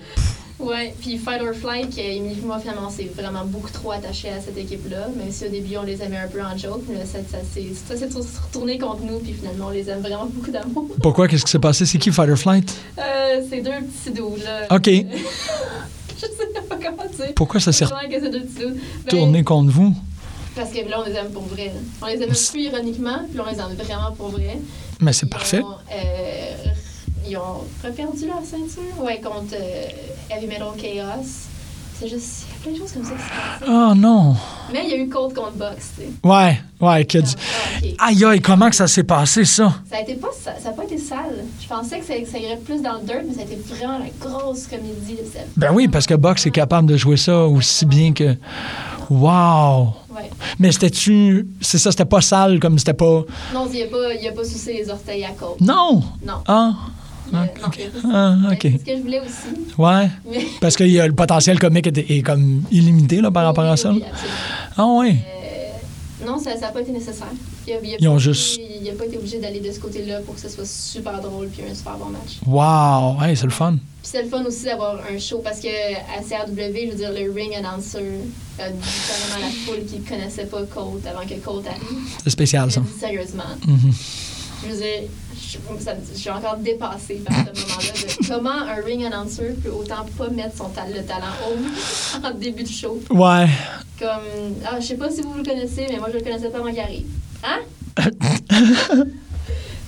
[SPEAKER 5] Ouais, puis Fight or Flight, que Émilie et moi, finalement, on s'est vraiment beaucoup trop attachés à cette équipe-là. Même si au début, on les aimait un peu en joke, mais là, ça, ça s'est ça s'est retourné contre nous, puis finalement, on les aime vraiment [laughs] beaucoup d'amour.
[SPEAKER 3] Pourquoi? Qu'est-ce qui s'est passé? C'est qui Fight or Flight?
[SPEAKER 5] Euh, c'est deux petits doux, là.
[SPEAKER 3] OK.
[SPEAKER 5] [laughs] Je sais pas comment dire.
[SPEAKER 3] Pourquoi ça s'est
[SPEAKER 5] Je dirais que c'est deux petits doux. Ben,
[SPEAKER 3] retourné contre vous?
[SPEAKER 5] Parce que là, on les aime pour vrai. là. On les aime
[SPEAKER 3] C'est-
[SPEAKER 5] plus ironiquement, puis on les aime vraiment pour vrai.
[SPEAKER 3] Mais c'est
[SPEAKER 5] Ils
[SPEAKER 3] parfait.
[SPEAKER 5] ont, euh, ils ont reperdu leur ceinture, ouais, contre euh, Heavy Metal Chaos. C'est juste, il y a plein de choses comme ça qui se passent.
[SPEAKER 3] Oh non.
[SPEAKER 5] Mais il y a eu Cold contre Box, tu sais.
[SPEAKER 3] Ouais, ouais, que du-
[SPEAKER 5] Ah, ok.
[SPEAKER 3] Aïe, aïe, comment que ça s'est passé, ça?
[SPEAKER 5] Ça a été pas, ça, ça a pas été sale. Je pensais que ça, que ça irait plus dans le dirt, mais ça a été vraiment la grosse comédie de cette.
[SPEAKER 3] Ben oui, parce que Box est capable de jouer ça aussi bien que. Wow!
[SPEAKER 5] Ouais.
[SPEAKER 3] Mais c'était-tu. C'est ça, c'était pas sale comme c'était pas.
[SPEAKER 5] Non, il a pas, il a pas soucié les orteils à Cold.
[SPEAKER 3] Non!
[SPEAKER 5] Non.
[SPEAKER 3] Ah!
[SPEAKER 5] Il a- non,
[SPEAKER 3] ok.
[SPEAKER 5] il a pas
[SPEAKER 3] Ah,
[SPEAKER 5] soucié.
[SPEAKER 3] ok.
[SPEAKER 5] C'est ce que je voulais aussi.
[SPEAKER 3] Ouais.
[SPEAKER 5] Mais...
[SPEAKER 3] Parce que y a- le potentiel comique est, est comme illimité là, par rapport à
[SPEAKER 5] Oui,
[SPEAKER 3] ça.
[SPEAKER 5] [laughs] oui,
[SPEAKER 3] là.
[SPEAKER 5] absolument.
[SPEAKER 3] Ah ouais.
[SPEAKER 5] Non, ça n'a pas été nécessaire. Il a, il a
[SPEAKER 3] Ils ont
[SPEAKER 5] pas
[SPEAKER 3] juste-
[SPEAKER 5] été- il a pas été obligé d'aller de ce côté-là pour que ce soit super drôle puis un super bon match.
[SPEAKER 3] Wow! Hey, c'est le fun.
[SPEAKER 5] Puis c'est le fun aussi d'avoir un show parce que à CRW, je veux dire, le ring announcer a dit carrément à la foule qui ne connaissait pas Colt avant que Colt arrive.
[SPEAKER 3] C'est spécial
[SPEAKER 5] Je
[SPEAKER 3] ça.
[SPEAKER 5] le dis sérieusement.
[SPEAKER 3] Mhm.
[SPEAKER 5] Je veux dire, je, ça me- je suis encore dépassée par ce moment-là. de Comment un ring announcer peut autant pas mettre son ta- le talent haut [laughs] en début de show?
[SPEAKER 3] Ouais.
[SPEAKER 5] Comme, ah, je sais pas si vous le connaissez, mais moi je le connaissais pas avant qu'il arrive.
[SPEAKER 3] [laughs]
[SPEAKER 5] Hein?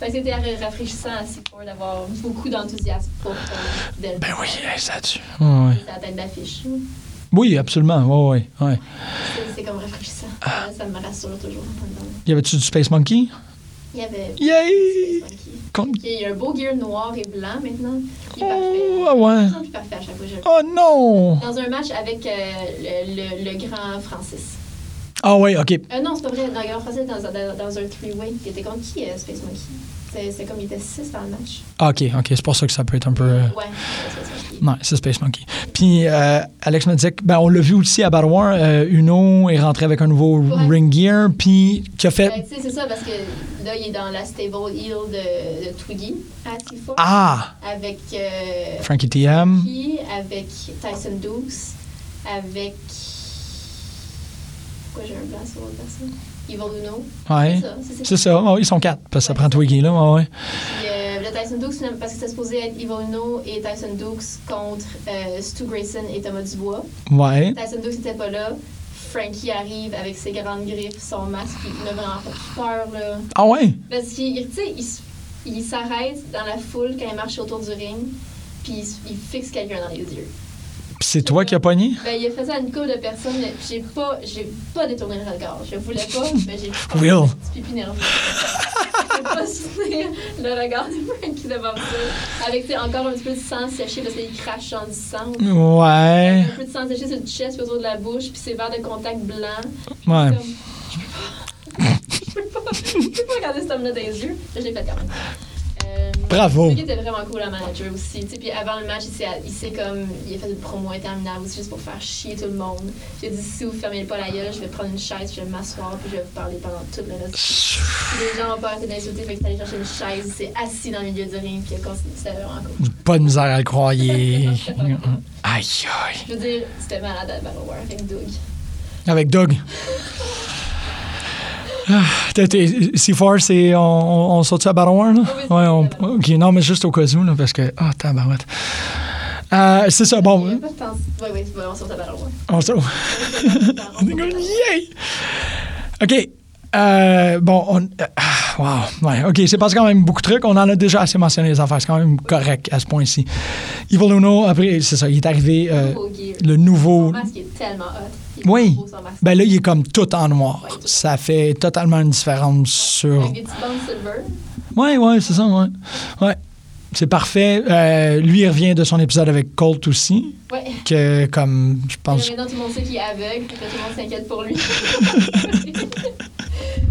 [SPEAKER 5] fait que c'était ra- rafraîchissant à Seaford d'avoir beaucoup d'enthousiasme pour euh, Del-
[SPEAKER 3] Ben oui, hey, ça tue. Ouais, ouais.
[SPEAKER 5] la tête d'affiche.
[SPEAKER 3] Oui, absolument. Ouais, ouais, ouais.
[SPEAKER 5] C'est- C'est comme rafraîchissant.
[SPEAKER 3] Ah.
[SPEAKER 5] Ouais, Ça me rassure toujours.
[SPEAKER 3] Y avait-tu du Space Monkey?
[SPEAKER 5] Il y avait.
[SPEAKER 3] Yay!
[SPEAKER 5] Funky.
[SPEAKER 3] Con-
[SPEAKER 5] Ok, Il y a un beau gear noir et blanc maintenant. Il est
[SPEAKER 3] Oh,
[SPEAKER 5] parfait.
[SPEAKER 3] ah ouais.
[SPEAKER 5] Il est plus parfait à chaque fois. que je le
[SPEAKER 3] Oh non!
[SPEAKER 5] Dans un match avec euh, le, le- le grand Francis.
[SPEAKER 3] Ah ouais, ok.
[SPEAKER 5] Euh, non, c'est pas vrai. Dans le grand Francis, dans, un- dans- dans un three-way, il était contre qui, euh, Space Monkey? C'est- C'est comme il était 6 dans le match.
[SPEAKER 3] Ah, Ok, ok. C'est pour ça que ça peut être un peu. euh,
[SPEAKER 5] Ouais, euh, Space Monkey.
[SPEAKER 3] Non, c'est Space Monkey. Puis euh, Alex me disait que ben, on l'a vu aussi à Battle War. euh, Uno est rentré avec un nouveau
[SPEAKER 5] Ouais.
[SPEAKER 3] ring gear, puis qui a fait
[SPEAKER 5] Ben, tu sais, c'est ça, parce que là, il est dans la stable heel de, de Twiggy à T4.
[SPEAKER 3] Ah,
[SPEAKER 5] Avec euh,
[SPEAKER 3] Frankie TM.
[SPEAKER 5] Monkey, avec Tyson Dukes, avec. Pourquoi j'ai un blanc sur l'autre personne? Evil Uno.
[SPEAKER 3] Ouais.
[SPEAKER 5] C'est ça, c'est-
[SPEAKER 3] C'est ça. Oh, ils sont quatre, parce que ça prend Twiggy, là. ouais, ouais.
[SPEAKER 5] Puis, euh, le Tyson Dukes, finalement, parce que c'était supposé être Evil Uno et Tyson Dukes contre euh, Stu Grayson et Thomas Dubois.
[SPEAKER 3] Ouais.
[SPEAKER 5] Tyson Dukes n'était pas là. Frankie arrive avec ses grandes griffes, son masque, puis il m'a vraiment fait peur, là.
[SPEAKER 3] Ah ouais?
[SPEAKER 5] Parce qu'il tu sais, il s- il s'arrête dans la foule quand il marche autour du ring, puis il, s- il fixe quelqu'un dans les yeux.
[SPEAKER 3] Puis c'est toi qui as pogné?
[SPEAKER 5] Ben, il a fait ça à une couple de personnes, mais j'ai pas, j'ai pas détourné le regard. Je voulais pas, mais j'ai fait
[SPEAKER 3] Will.
[SPEAKER 5] un petit pipi nerveux. J'ai pas souvenir le regard de Frankie devant ça. Avec tu sais, encore un petit peu de sang séché parce qu'il crache dans du sang.
[SPEAKER 3] Ouais.
[SPEAKER 5] Un peu de sang séché sur le chest, puis autour de la bouche, puis ses verres de contact blancs.
[SPEAKER 3] Ouais.
[SPEAKER 5] Comme, je peux pas. [laughs] Je peux pas, je peux pas regarder cet homme-là dans les yeux. Je l'ai fait quand même. Euh,
[SPEAKER 3] Bravo.
[SPEAKER 5] Lui était vraiment cool, la manager aussi. tu sais, Puis avant le match, il s'est, il s'est comme. Il a fait une promo interminable aussi juste pour faire chier tout le monde. J'ai dit si vous fermez pas la gueule, je vais prendre une chaise, je vais m'asseoir, puis je vais vous parler pendant tout le reste. Les gens ont pas arrêté d'insulter, fait qu'il est allé chercher une chaise, il s'est assis dans le milieu du ring, puis il a continué. C'était vraiment cool.
[SPEAKER 3] Pas de misère à le croire. il est- [laughs] Aïe, aïe.
[SPEAKER 5] Je veux dire, c'était malade à Battle War avec Doug.
[SPEAKER 3] Avec Doug. Ah, t'es- t'es- Si far, c'est. On, on, on sort ça à Battle War, là?
[SPEAKER 5] oui, c'est
[SPEAKER 3] Ouais, on-
[SPEAKER 5] ça, Battle
[SPEAKER 3] ok, non, mais juste au cas où, là, parce que. Ah, tabarouette. Euh, c'est ça,
[SPEAKER 5] Il y a
[SPEAKER 3] bon.
[SPEAKER 5] pas de temps. Oui, oui, on sort à Battle War.
[SPEAKER 3] On se.
[SPEAKER 5] On
[SPEAKER 3] On est comme, [laughs] yay! OK. euh, bon, on. ah, wow. Ouais, OK, c'est passé quand même beaucoup de trucs. On en a déjà assez mentionné les affaires. C'est quand même correct à ce point-ci. Evil Uno, après, c'est ça, il est arrivé euh,
[SPEAKER 5] Nouveau gear.
[SPEAKER 3] le nouveau.
[SPEAKER 5] Son masque est tellement hot. Il est
[SPEAKER 3] Oui.
[SPEAKER 5] beau, son masque.
[SPEAKER 3] Ben là, il est comme tout en noir. Ça fait totalement une différence sur.
[SPEAKER 5] Avec des petits bandes silver.
[SPEAKER 3] Ouais, ouais, c'est ça, ouais. Ouais. C'est parfait. Euh, lui, il revient de son épisode avec Colt aussi.
[SPEAKER 5] Ouais.
[SPEAKER 3] Que, comme, je
[SPEAKER 5] Mais
[SPEAKER 3] pense.
[SPEAKER 5] Maintenant, tout le monde sait qu'il est aveugle, puis que tout le monde s'inquiète pour
[SPEAKER 3] [laughs]
[SPEAKER 5] lui.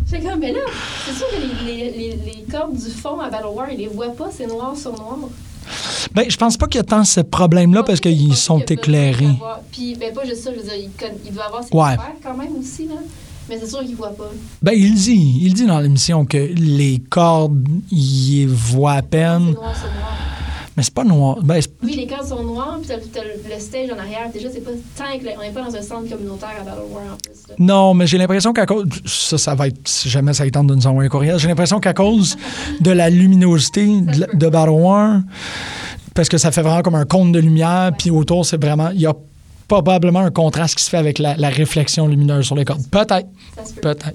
[SPEAKER 5] J'étais comme, mais là, c'est sûr que les, les, les, les cordes du fond à Battle War, ils les voient pas, c'est noir sur noir.
[SPEAKER 3] Ben, je pense pas qu'il y a tant ce problème-là parce qu'ils sont éclairés.
[SPEAKER 5] Puis, ben, pas juste ça, je veux dire, il, conna- il doit avoir ses
[SPEAKER 3] Ouais.
[SPEAKER 5] repères quand même aussi, là. Mais c'est sûr qu'il voit pas.
[SPEAKER 3] Ben, il dit, il dit dans l'émission que les cordes, il les voit à
[SPEAKER 5] C'est
[SPEAKER 3] peine,
[SPEAKER 5] noir sur noir.
[SPEAKER 3] mais c'est pas noir. Ben, c'est-
[SPEAKER 5] Oui, les cordes sont noires, puis t'as, t'as le le stage en arrière. Déjà, c'est pas tant éclairé. On n'est pas dans un centre communautaire à Battle War, en plus, là.
[SPEAKER 3] non, mais j'ai l'impression qu'à cause. Ça, ça va être. Si jamais ça lui tente de nous envoyer un courriel, j'ai l'impression qu'à cause de la luminosité de, la- de Battle War, parce que ça fait vraiment comme un cône de lumière, puis autour, c'est vraiment. Il y a probablement un contraste qui se fait avec la, la réflexion lumineuse sur les cordes. Peut-être,
[SPEAKER 5] Ça se peut.
[SPEAKER 3] peut-être.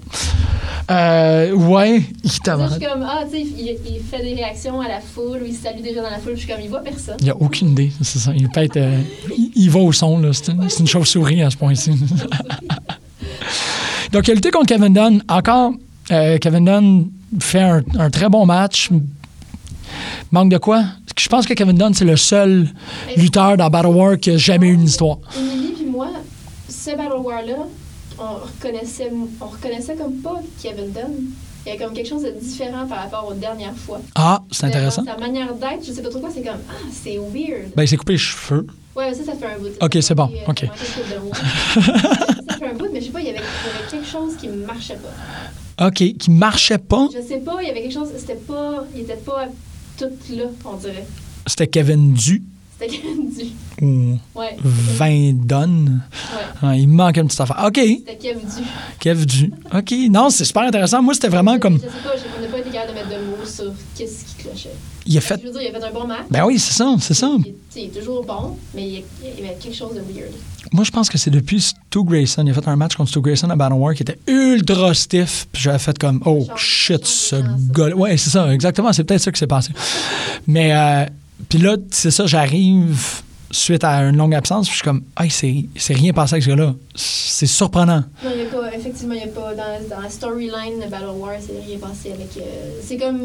[SPEAKER 3] Euh, ouais, il t'a-
[SPEAKER 5] Ça, je suis comme, ah, tu sais, il, il fait des réactions à la foule, ou il se salue déjà dans la foule, puis je suis comme, il voit personne.
[SPEAKER 3] Il n'y a aucune idée, c'est ça. Il, peut être, euh, il, il va au son, là. C'est une, c'est une chauve-souris à ce point-ci. [laughs] Donc, il a lutté contre Kevin Dunn. Encore, euh, Kevin Dunn fait un, un très bon match. Manque de quoi? Je pense que Kevin Dunn, c'est le seul lutteur dans Battle War qui a jamais eu une histoire.
[SPEAKER 5] Émilie puis moi, ce Battle War-là, on reconnaissait, on reconnaissait comme pas Kevin Dunn. Il y a comme quelque chose de différent par rapport aux dernières fois.
[SPEAKER 3] Ah, c'est intéressant.
[SPEAKER 5] Dans Sa manière d'être, je sais pas trop quoi, c'est comme, ah, c'est weird.
[SPEAKER 3] Ben, il s'est coupé les cheveux.
[SPEAKER 5] Ouais, ça, ça fait un bout.
[SPEAKER 3] Ok, c'est bon,
[SPEAKER 5] Euh,
[SPEAKER 3] ok.
[SPEAKER 5] ça manquait de mots.
[SPEAKER 3] [laughs]
[SPEAKER 5] ça fait un bout, mais je sais pas, il y avait, il y avait quelque chose qui me marchait pas.
[SPEAKER 3] OK, qui marchait pas,
[SPEAKER 5] Je sais pas, il y avait quelque chose, c'était pas, il était pas tout là, on dirait.
[SPEAKER 3] c'était Kevin Du
[SPEAKER 5] C'était [laughs] Kevin Du.
[SPEAKER 3] ou
[SPEAKER 5] Ouais.
[SPEAKER 3] Vin Dunn.
[SPEAKER 5] Ouais.
[SPEAKER 3] Ah, il manque une petite affaire. OK,
[SPEAKER 5] C'était Kevin Du.
[SPEAKER 3] Kev Du. OK, non, c'est super intéressant. Moi, c'était vraiment comme...
[SPEAKER 5] Je sais pas, j'ai- on n'a pas été capable de mettre de mots sur qu'est-ce qui clochait.
[SPEAKER 3] Il a fait.
[SPEAKER 5] Je veux dire, il a fait un bon match.
[SPEAKER 3] Ben oui, c'est ça, c'est ça.
[SPEAKER 5] Il, est- tu sais, il est toujours bon, mais il y a, il y avait quelque chose de weird.
[SPEAKER 3] Moi, je pense que c'est depuis Stu Grayson. Il a fait un match contre Stu Grayson à Battle War qui était ultra stiff. Puis j'avais fait comme, oh shit, ce gars Ouais, c'est ça, exactement. C'est peut-être ça qui s'est passé. Mais, euh, puis là, c'est ça, j'arrive suite à une longue absence. Puis je suis comme, hey, c'est c'est rien passé avec ce gars-là. C'est surprenant.
[SPEAKER 5] Non, il y a pas, effectivement, il y a pas, dans, la- dans la storyline de Battle War, c'est rien passé avec. euh, c'est comme.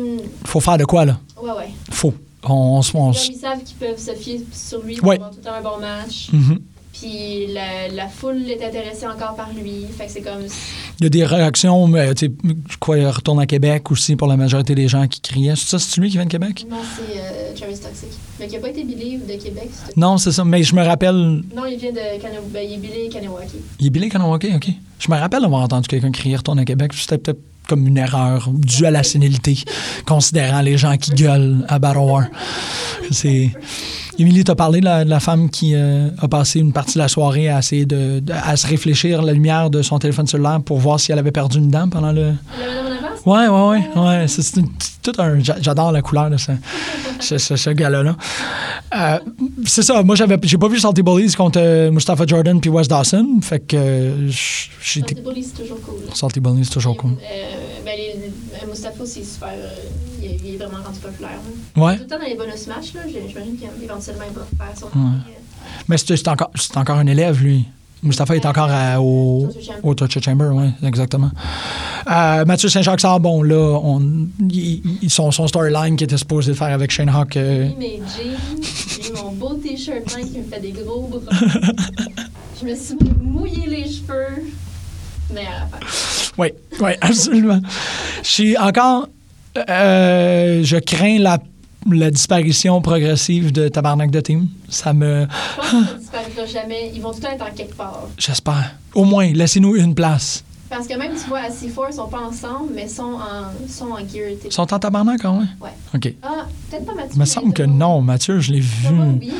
[SPEAKER 3] Faut faire de quoi, là?
[SPEAKER 5] Ouais, ouais.
[SPEAKER 3] Faut. On, on se. on
[SPEAKER 5] Comme
[SPEAKER 3] se-
[SPEAKER 5] ils savent qu'ils peuvent se fier sur lui
[SPEAKER 3] Ouais.
[SPEAKER 5] pendant tout le temps un bon match.
[SPEAKER 3] Mhm.
[SPEAKER 5] Puis la, la foule est intéressée encore par lui. Fait que c'est comme.
[SPEAKER 3] Il y a des réactions, mais, tu sais, je crois qu'il retourne à Québec aussi pour la majorité des gens qui criaient. C'est ça, c'est lui qui vient de Québec?
[SPEAKER 5] Non, c'est. euh, de Travis Toxic, mais qui n'a pas été Billy de Québec. c'est-
[SPEAKER 3] Non, c'est ça, mais je me rappelle.
[SPEAKER 5] Non, il vient de Kanye, ben, il est Billy Kanewaki.
[SPEAKER 3] Il est bilé quand OK, OK. Je me rappelle d'avoir entendu quelqu'un crier Retourne à Québec. puis C'était peut-être comme une erreur due à la sénilité, considérant les gens qui gueulent à Battle War. C'est. Émilie, t'as parlé de la, de la femme qui euh, a passé une partie de la soirée à essayer de, de- à se réfléchir la lumière de son téléphone cellulaire pour voir si elle avait perdu une dent pendant le.
[SPEAKER 5] La madame en avance?
[SPEAKER 3] Ouais, ouais, ouais. ouais. C'est, c'est une- c'est tout un. j'a- J'adore la couleur de ce, ce, ce- ce gars-là. Euh, c'est ça. Moi, j'avais, j'ai pas vu Salty Bullies contre euh, Mustafa Jordan puis Wes Dawson. Fait que euh, j- j'ai été.
[SPEAKER 5] Sortez Bully, c'est toujours cool.
[SPEAKER 3] Salty Bullies, c'est toujours cool.
[SPEAKER 5] Euh, ben, les, euh, Mustafa, c'est super. euh, il, est- il est vraiment rendu populaire. là.
[SPEAKER 3] Ouais.
[SPEAKER 5] Tout le temps dans les bonus matchs, là, j'ai- j'imagine qu'éventuellement, il va faire son. euh,
[SPEAKER 3] Mais c'est, c'est encore, c'est encore un élève, lui. Mustafa est encore à- au,
[SPEAKER 5] Torture Chamber.
[SPEAKER 3] au Torture Chamber, oui, exactement. Euh, Mathieu Saint-Jacques Sarbon, là, on, il- il- son, son storyline qui était supposé de faire avec Shane Hawk. euh,
[SPEAKER 5] Oui, mais jeans, j'ai mon beau t-shirt blanc qui me fait des gros bras.
[SPEAKER 3] [laughs]
[SPEAKER 5] je me suis mouillé les cheveux. Mais à la fin.
[SPEAKER 3] Oui, oui, absolument. Je suis encore. euh, je crains la, la disparition progressive de Tabarnak de Team. Ça me.
[SPEAKER 5] Je pense que ça ne disparaîtra jamais. Ils vont tout le temps être en quelque part.
[SPEAKER 3] J'espère. Au moins, laissez-nous une place.
[SPEAKER 5] Parce que même, tu vois, à C4, ils sont pas ensemble, mais sont en, sont en gear. t'es-
[SPEAKER 3] Ils sont en Tabarnak, quand même?
[SPEAKER 5] Ouais.
[SPEAKER 3] OK.
[SPEAKER 5] Ah, peut-être pas Mathieu.
[SPEAKER 3] Il me semble que non, Mathieu, je l'ai
[SPEAKER 5] Je pas
[SPEAKER 3] vu.
[SPEAKER 5] oublié. là.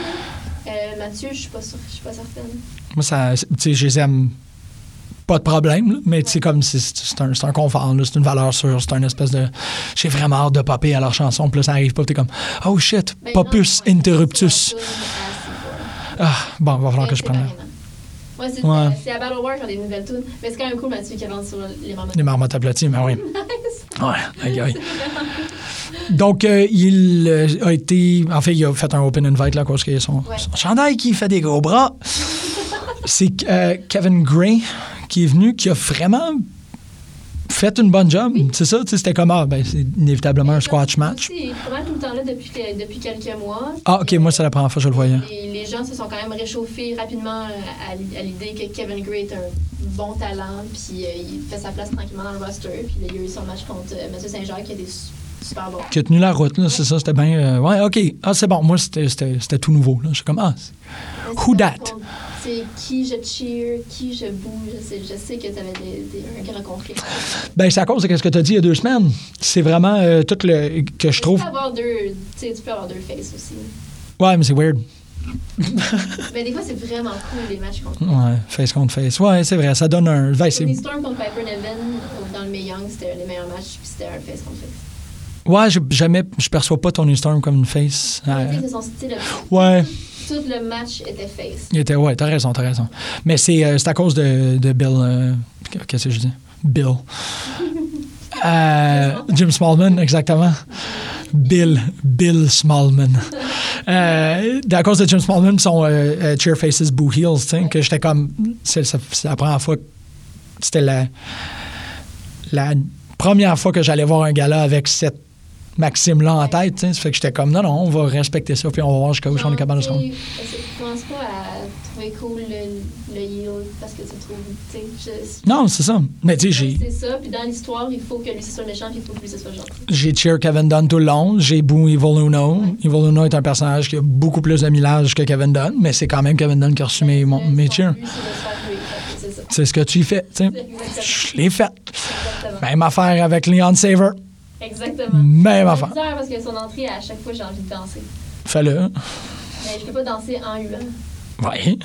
[SPEAKER 5] Euh, Mathieu, je suis pas sûre, je suis pas certaine.
[SPEAKER 3] Moi, ça. Tu sais, je les aime. Pas de problème, là, mais tu sais, comme c'est- c'est un, c'est un confort, là, c'est une valeur sûre, c'est une espèce de. J'ai vraiment hâte de popper à leur chanson, puis là, ça arrive pas, puis t'es comme. Oh shit,
[SPEAKER 5] Ben,
[SPEAKER 3] popus
[SPEAKER 5] non, ouais,
[SPEAKER 3] interruptus.
[SPEAKER 5] c'est la toune à C4.
[SPEAKER 3] Ah, bon, va falloir
[SPEAKER 5] Mais
[SPEAKER 3] que je
[SPEAKER 5] Ben, c'est
[SPEAKER 3] prenne la.
[SPEAKER 5] pareil, non? Ouais, c'est
[SPEAKER 3] Ouais.
[SPEAKER 5] c'est à Battle War, j'en ai une nouvelle tune. Mais c'est quand même cool, Mathieu, qui rentre sur les mamans.
[SPEAKER 3] Les marmottes aplaties, mais oui. Ouais, aïe, aïe. Donc, euh, il euh, a été. En fait, il a fait un open invite là, à cause qu'il y a son,
[SPEAKER 5] Ouais.
[SPEAKER 3] son chandail qui fait des gros bras. C'est euh, Kevin Gray qui est venu, qui a vraiment fait une bonne job. C'est ça, tu sais, c'était comme, ah, ben, c'est inévitablement un squash match.
[SPEAKER 5] C'est vraiment tout le temps là depuis, que- depuis quelques mois.
[SPEAKER 3] Ah, ok, moi, c'est la première fois que je le voyais.
[SPEAKER 5] Et les gens se sont quand même réchauffés rapidement euh, à, à l'i- à l'idée que Kevin Gray est un bon talent, puis euh, il fait sa place tranquillement dans le roster. Puis là, il y a eu son match contre euh, Mathieu Saint-Jacques qui était su- super bon.
[SPEAKER 3] Qui a tenu la route, là, c'est ça, c'était bien. euh, ouais, ok, ah, c'est bon, moi, c'était- c'était c'était tout nouveau, là. Je suis comme, ah, c'est- Who dat?
[SPEAKER 5] C'est qui je cheer, qui je boue. Je sais, je sais que tu avais un grand conflit.
[SPEAKER 3] ben, c'est à cause de ce que tu as dit il y a deux semaines. C'est vraiment euh, tout le. que je
[SPEAKER 5] Tu
[SPEAKER 3] trouve.
[SPEAKER 5] peux avoir deux, tu sais, tu peux avoir deux faces aussi.
[SPEAKER 3] Ouais, mais c'est weird.
[SPEAKER 5] Mais des fois, c'est vraiment cool les matchs contre.
[SPEAKER 3] Ouais, face contre face. Ouais, c'est vrai, ça donne un. Ouais, Mm. c'est-
[SPEAKER 5] Tony Storm contre Piper Nevin au- dans le Mae Young, c'était un des meilleurs matchs, puis c'était un face contre face.
[SPEAKER 3] ouais, j'ai- jamais, je perçois pas Tony Storm comme une face.
[SPEAKER 5] Tu sais,
[SPEAKER 3] Euh,
[SPEAKER 5] c'est son style. de-
[SPEAKER 3] Ouais,
[SPEAKER 5] Tout le match était face.
[SPEAKER 3] il était, ouais, t'as raison, t'as raison. Mais c'est euh, c'est à cause de, de Bill. euh, Qu'est-ce que je dis? Bill. Euh, Jim Smallman, exactement. Bill, Bill Smallman. Euh, à cause de Jim Smallman, son euh, euh, Cheer Faces, Boo Heels, tu sais, que j'étais comme. C'est c'est- c'est la première fois que c'était la, la première fois que j'allais voir un gala avec cette maxime-là en tête. tu sais. Ça fait que j'étais comme, non, non, on va respecter ça, puis on va voir jusqu'à où on est capable de se
[SPEAKER 5] Genre,
[SPEAKER 3] rendre.
[SPEAKER 5] tu sais, Commence pas à trouver cool le, le heel parce que tu trouves. Tu sais, je-
[SPEAKER 3] Non, c'est ça. Mais tu sais, j'ai-
[SPEAKER 5] c'est ça, puis dans l'histoire, il faut que lui ce soit méchant, puis il faut que lui ce soit gentil.
[SPEAKER 3] j'ai cheer Kevin Dunn tout le long, j'ai boo Evil Uno. Evil Uno est un personnage qui a beaucoup plus de millage que Kevin Dunn, mais c'est quand même Kevin Dunn qui a reçu mes, mon-
[SPEAKER 5] Le-
[SPEAKER 3] mes
[SPEAKER 5] son
[SPEAKER 3] cheers.
[SPEAKER 5] but, c'est de se faire tuer, fait que C'est ça.
[SPEAKER 3] C'est ce que tu y fais, tu sais.
[SPEAKER 5] Exactement.
[SPEAKER 3] Je l'ai fait.
[SPEAKER 5] Exactement.
[SPEAKER 3] Même affaire avec Leon Saver.
[SPEAKER 5] Exactement.
[SPEAKER 3] Même
[SPEAKER 5] C'est
[SPEAKER 3] affaire.
[SPEAKER 5] bizarre parce que son entrée, à chaque fois, j'ai envie de danser.
[SPEAKER 3] Fais-le.
[SPEAKER 5] Mais je peux pas danser en huant.
[SPEAKER 3] Ouais.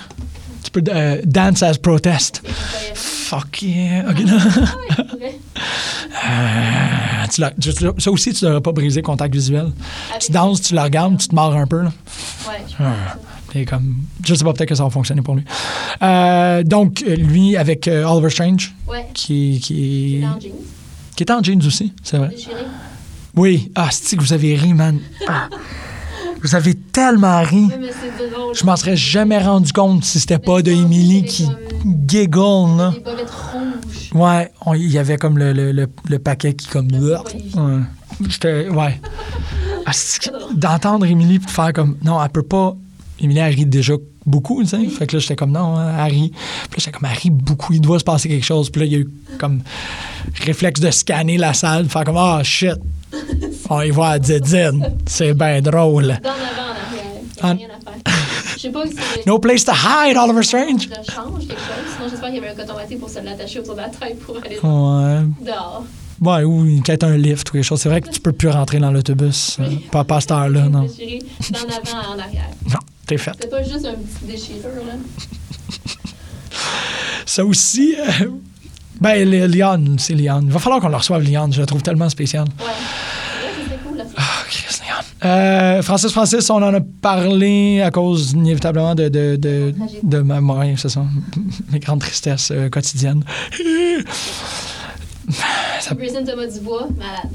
[SPEAKER 3] Tu peux euh, dance as protest.
[SPEAKER 5] C'est
[SPEAKER 3] Fuck yeah. Ok, non.
[SPEAKER 5] incroyable. Ouais,
[SPEAKER 3] Ah, tu la- tu- tu- ça aussi, tu devrais pas briser contact visuel.
[SPEAKER 5] Avec-
[SPEAKER 3] Tu danses, tu la regardes, tu te marres un peu. Là.
[SPEAKER 5] Ouais, je
[SPEAKER 3] Et comme, je sais pas, peut-être que ça va fonctionner pour lui. Euh, donc, euh, lui, avec euh, Oliver Strange,
[SPEAKER 5] Ouais.
[SPEAKER 3] qui, qui,
[SPEAKER 5] Il est en jeans,
[SPEAKER 3] qui est en jeans aussi, c'est vrai.
[SPEAKER 5] déchiré.
[SPEAKER 3] Oui. Ah, c'est que vous avez ri, man. Ah. vous avez tellement ri.
[SPEAKER 5] Ouais, Ah, mais c'est drôle.
[SPEAKER 3] Je m'en serais jamais rendu compte si c'était pas de
[SPEAKER 5] Mais
[SPEAKER 3] Emily
[SPEAKER 5] c'est
[SPEAKER 3] qui
[SPEAKER 5] comme-
[SPEAKER 3] giggle, là.
[SPEAKER 5] Des bobettes rouges.
[SPEAKER 3] Ouais, on- il y avait comme le, le, le, le paquet qui comme...
[SPEAKER 5] Le
[SPEAKER 3] Ouais. J'étais... Ouais. Ah, c'est- D'entendre Émilie puis de faire comme... Non, elle peut pas... Émilie, elle rit déjà beaucoup, tu sais. Fait que là, j'étais comme... Non, hein, elle rit. Puis là, j'étais comme... Elle rit beaucoup, il doit se passer quelque chose. Puis là, il y a eu comme... Réflexe de scanner la salle, de faire comme... Ah, shit. On y voit à Didine. C'est bien drôle.
[SPEAKER 5] D'en avant en arrière. Il a
[SPEAKER 3] En-
[SPEAKER 5] rien à faire. Je sais pas si c'est
[SPEAKER 3] Ah. No place to hide, Oliver Strange.
[SPEAKER 5] le change, quelque chose. Sinon, j'espère qu'il y avait un coton maté pour se l'attacher autour de la tête pour aller
[SPEAKER 3] Ah. Ouais.
[SPEAKER 5] dehors.
[SPEAKER 3] Ouais, ou une- peut-être un lift ou quelque chose. C'est vrai que tu peux plus rentrer dans l'autobus. euh, Pas pas à cette heure-là, non.
[SPEAKER 5] Déchiré D'en avant en arrière.
[SPEAKER 3] Non, t'es fait.
[SPEAKER 5] C'est pas juste un petit déchirure, là.
[SPEAKER 3] Ça aussi. euh, ben, le- Leon, c'est Leon. Il va falloir qu'on le reçoive, Leon. Je le trouve tellement spécial.
[SPEAKER 5] Ouais. Là, c'était cool, là.
[SPEAKER 3] Ah, Chris Leon. Euh, Francis Francis, on en a parlé à cause inévitablement de, de, de, de ma mort, c'est ça. [laughs] Mes grandes tristesses euh, quotidiennes. [laughs]
[SPEAKER 5] Grayson Thomas Dubois, malade.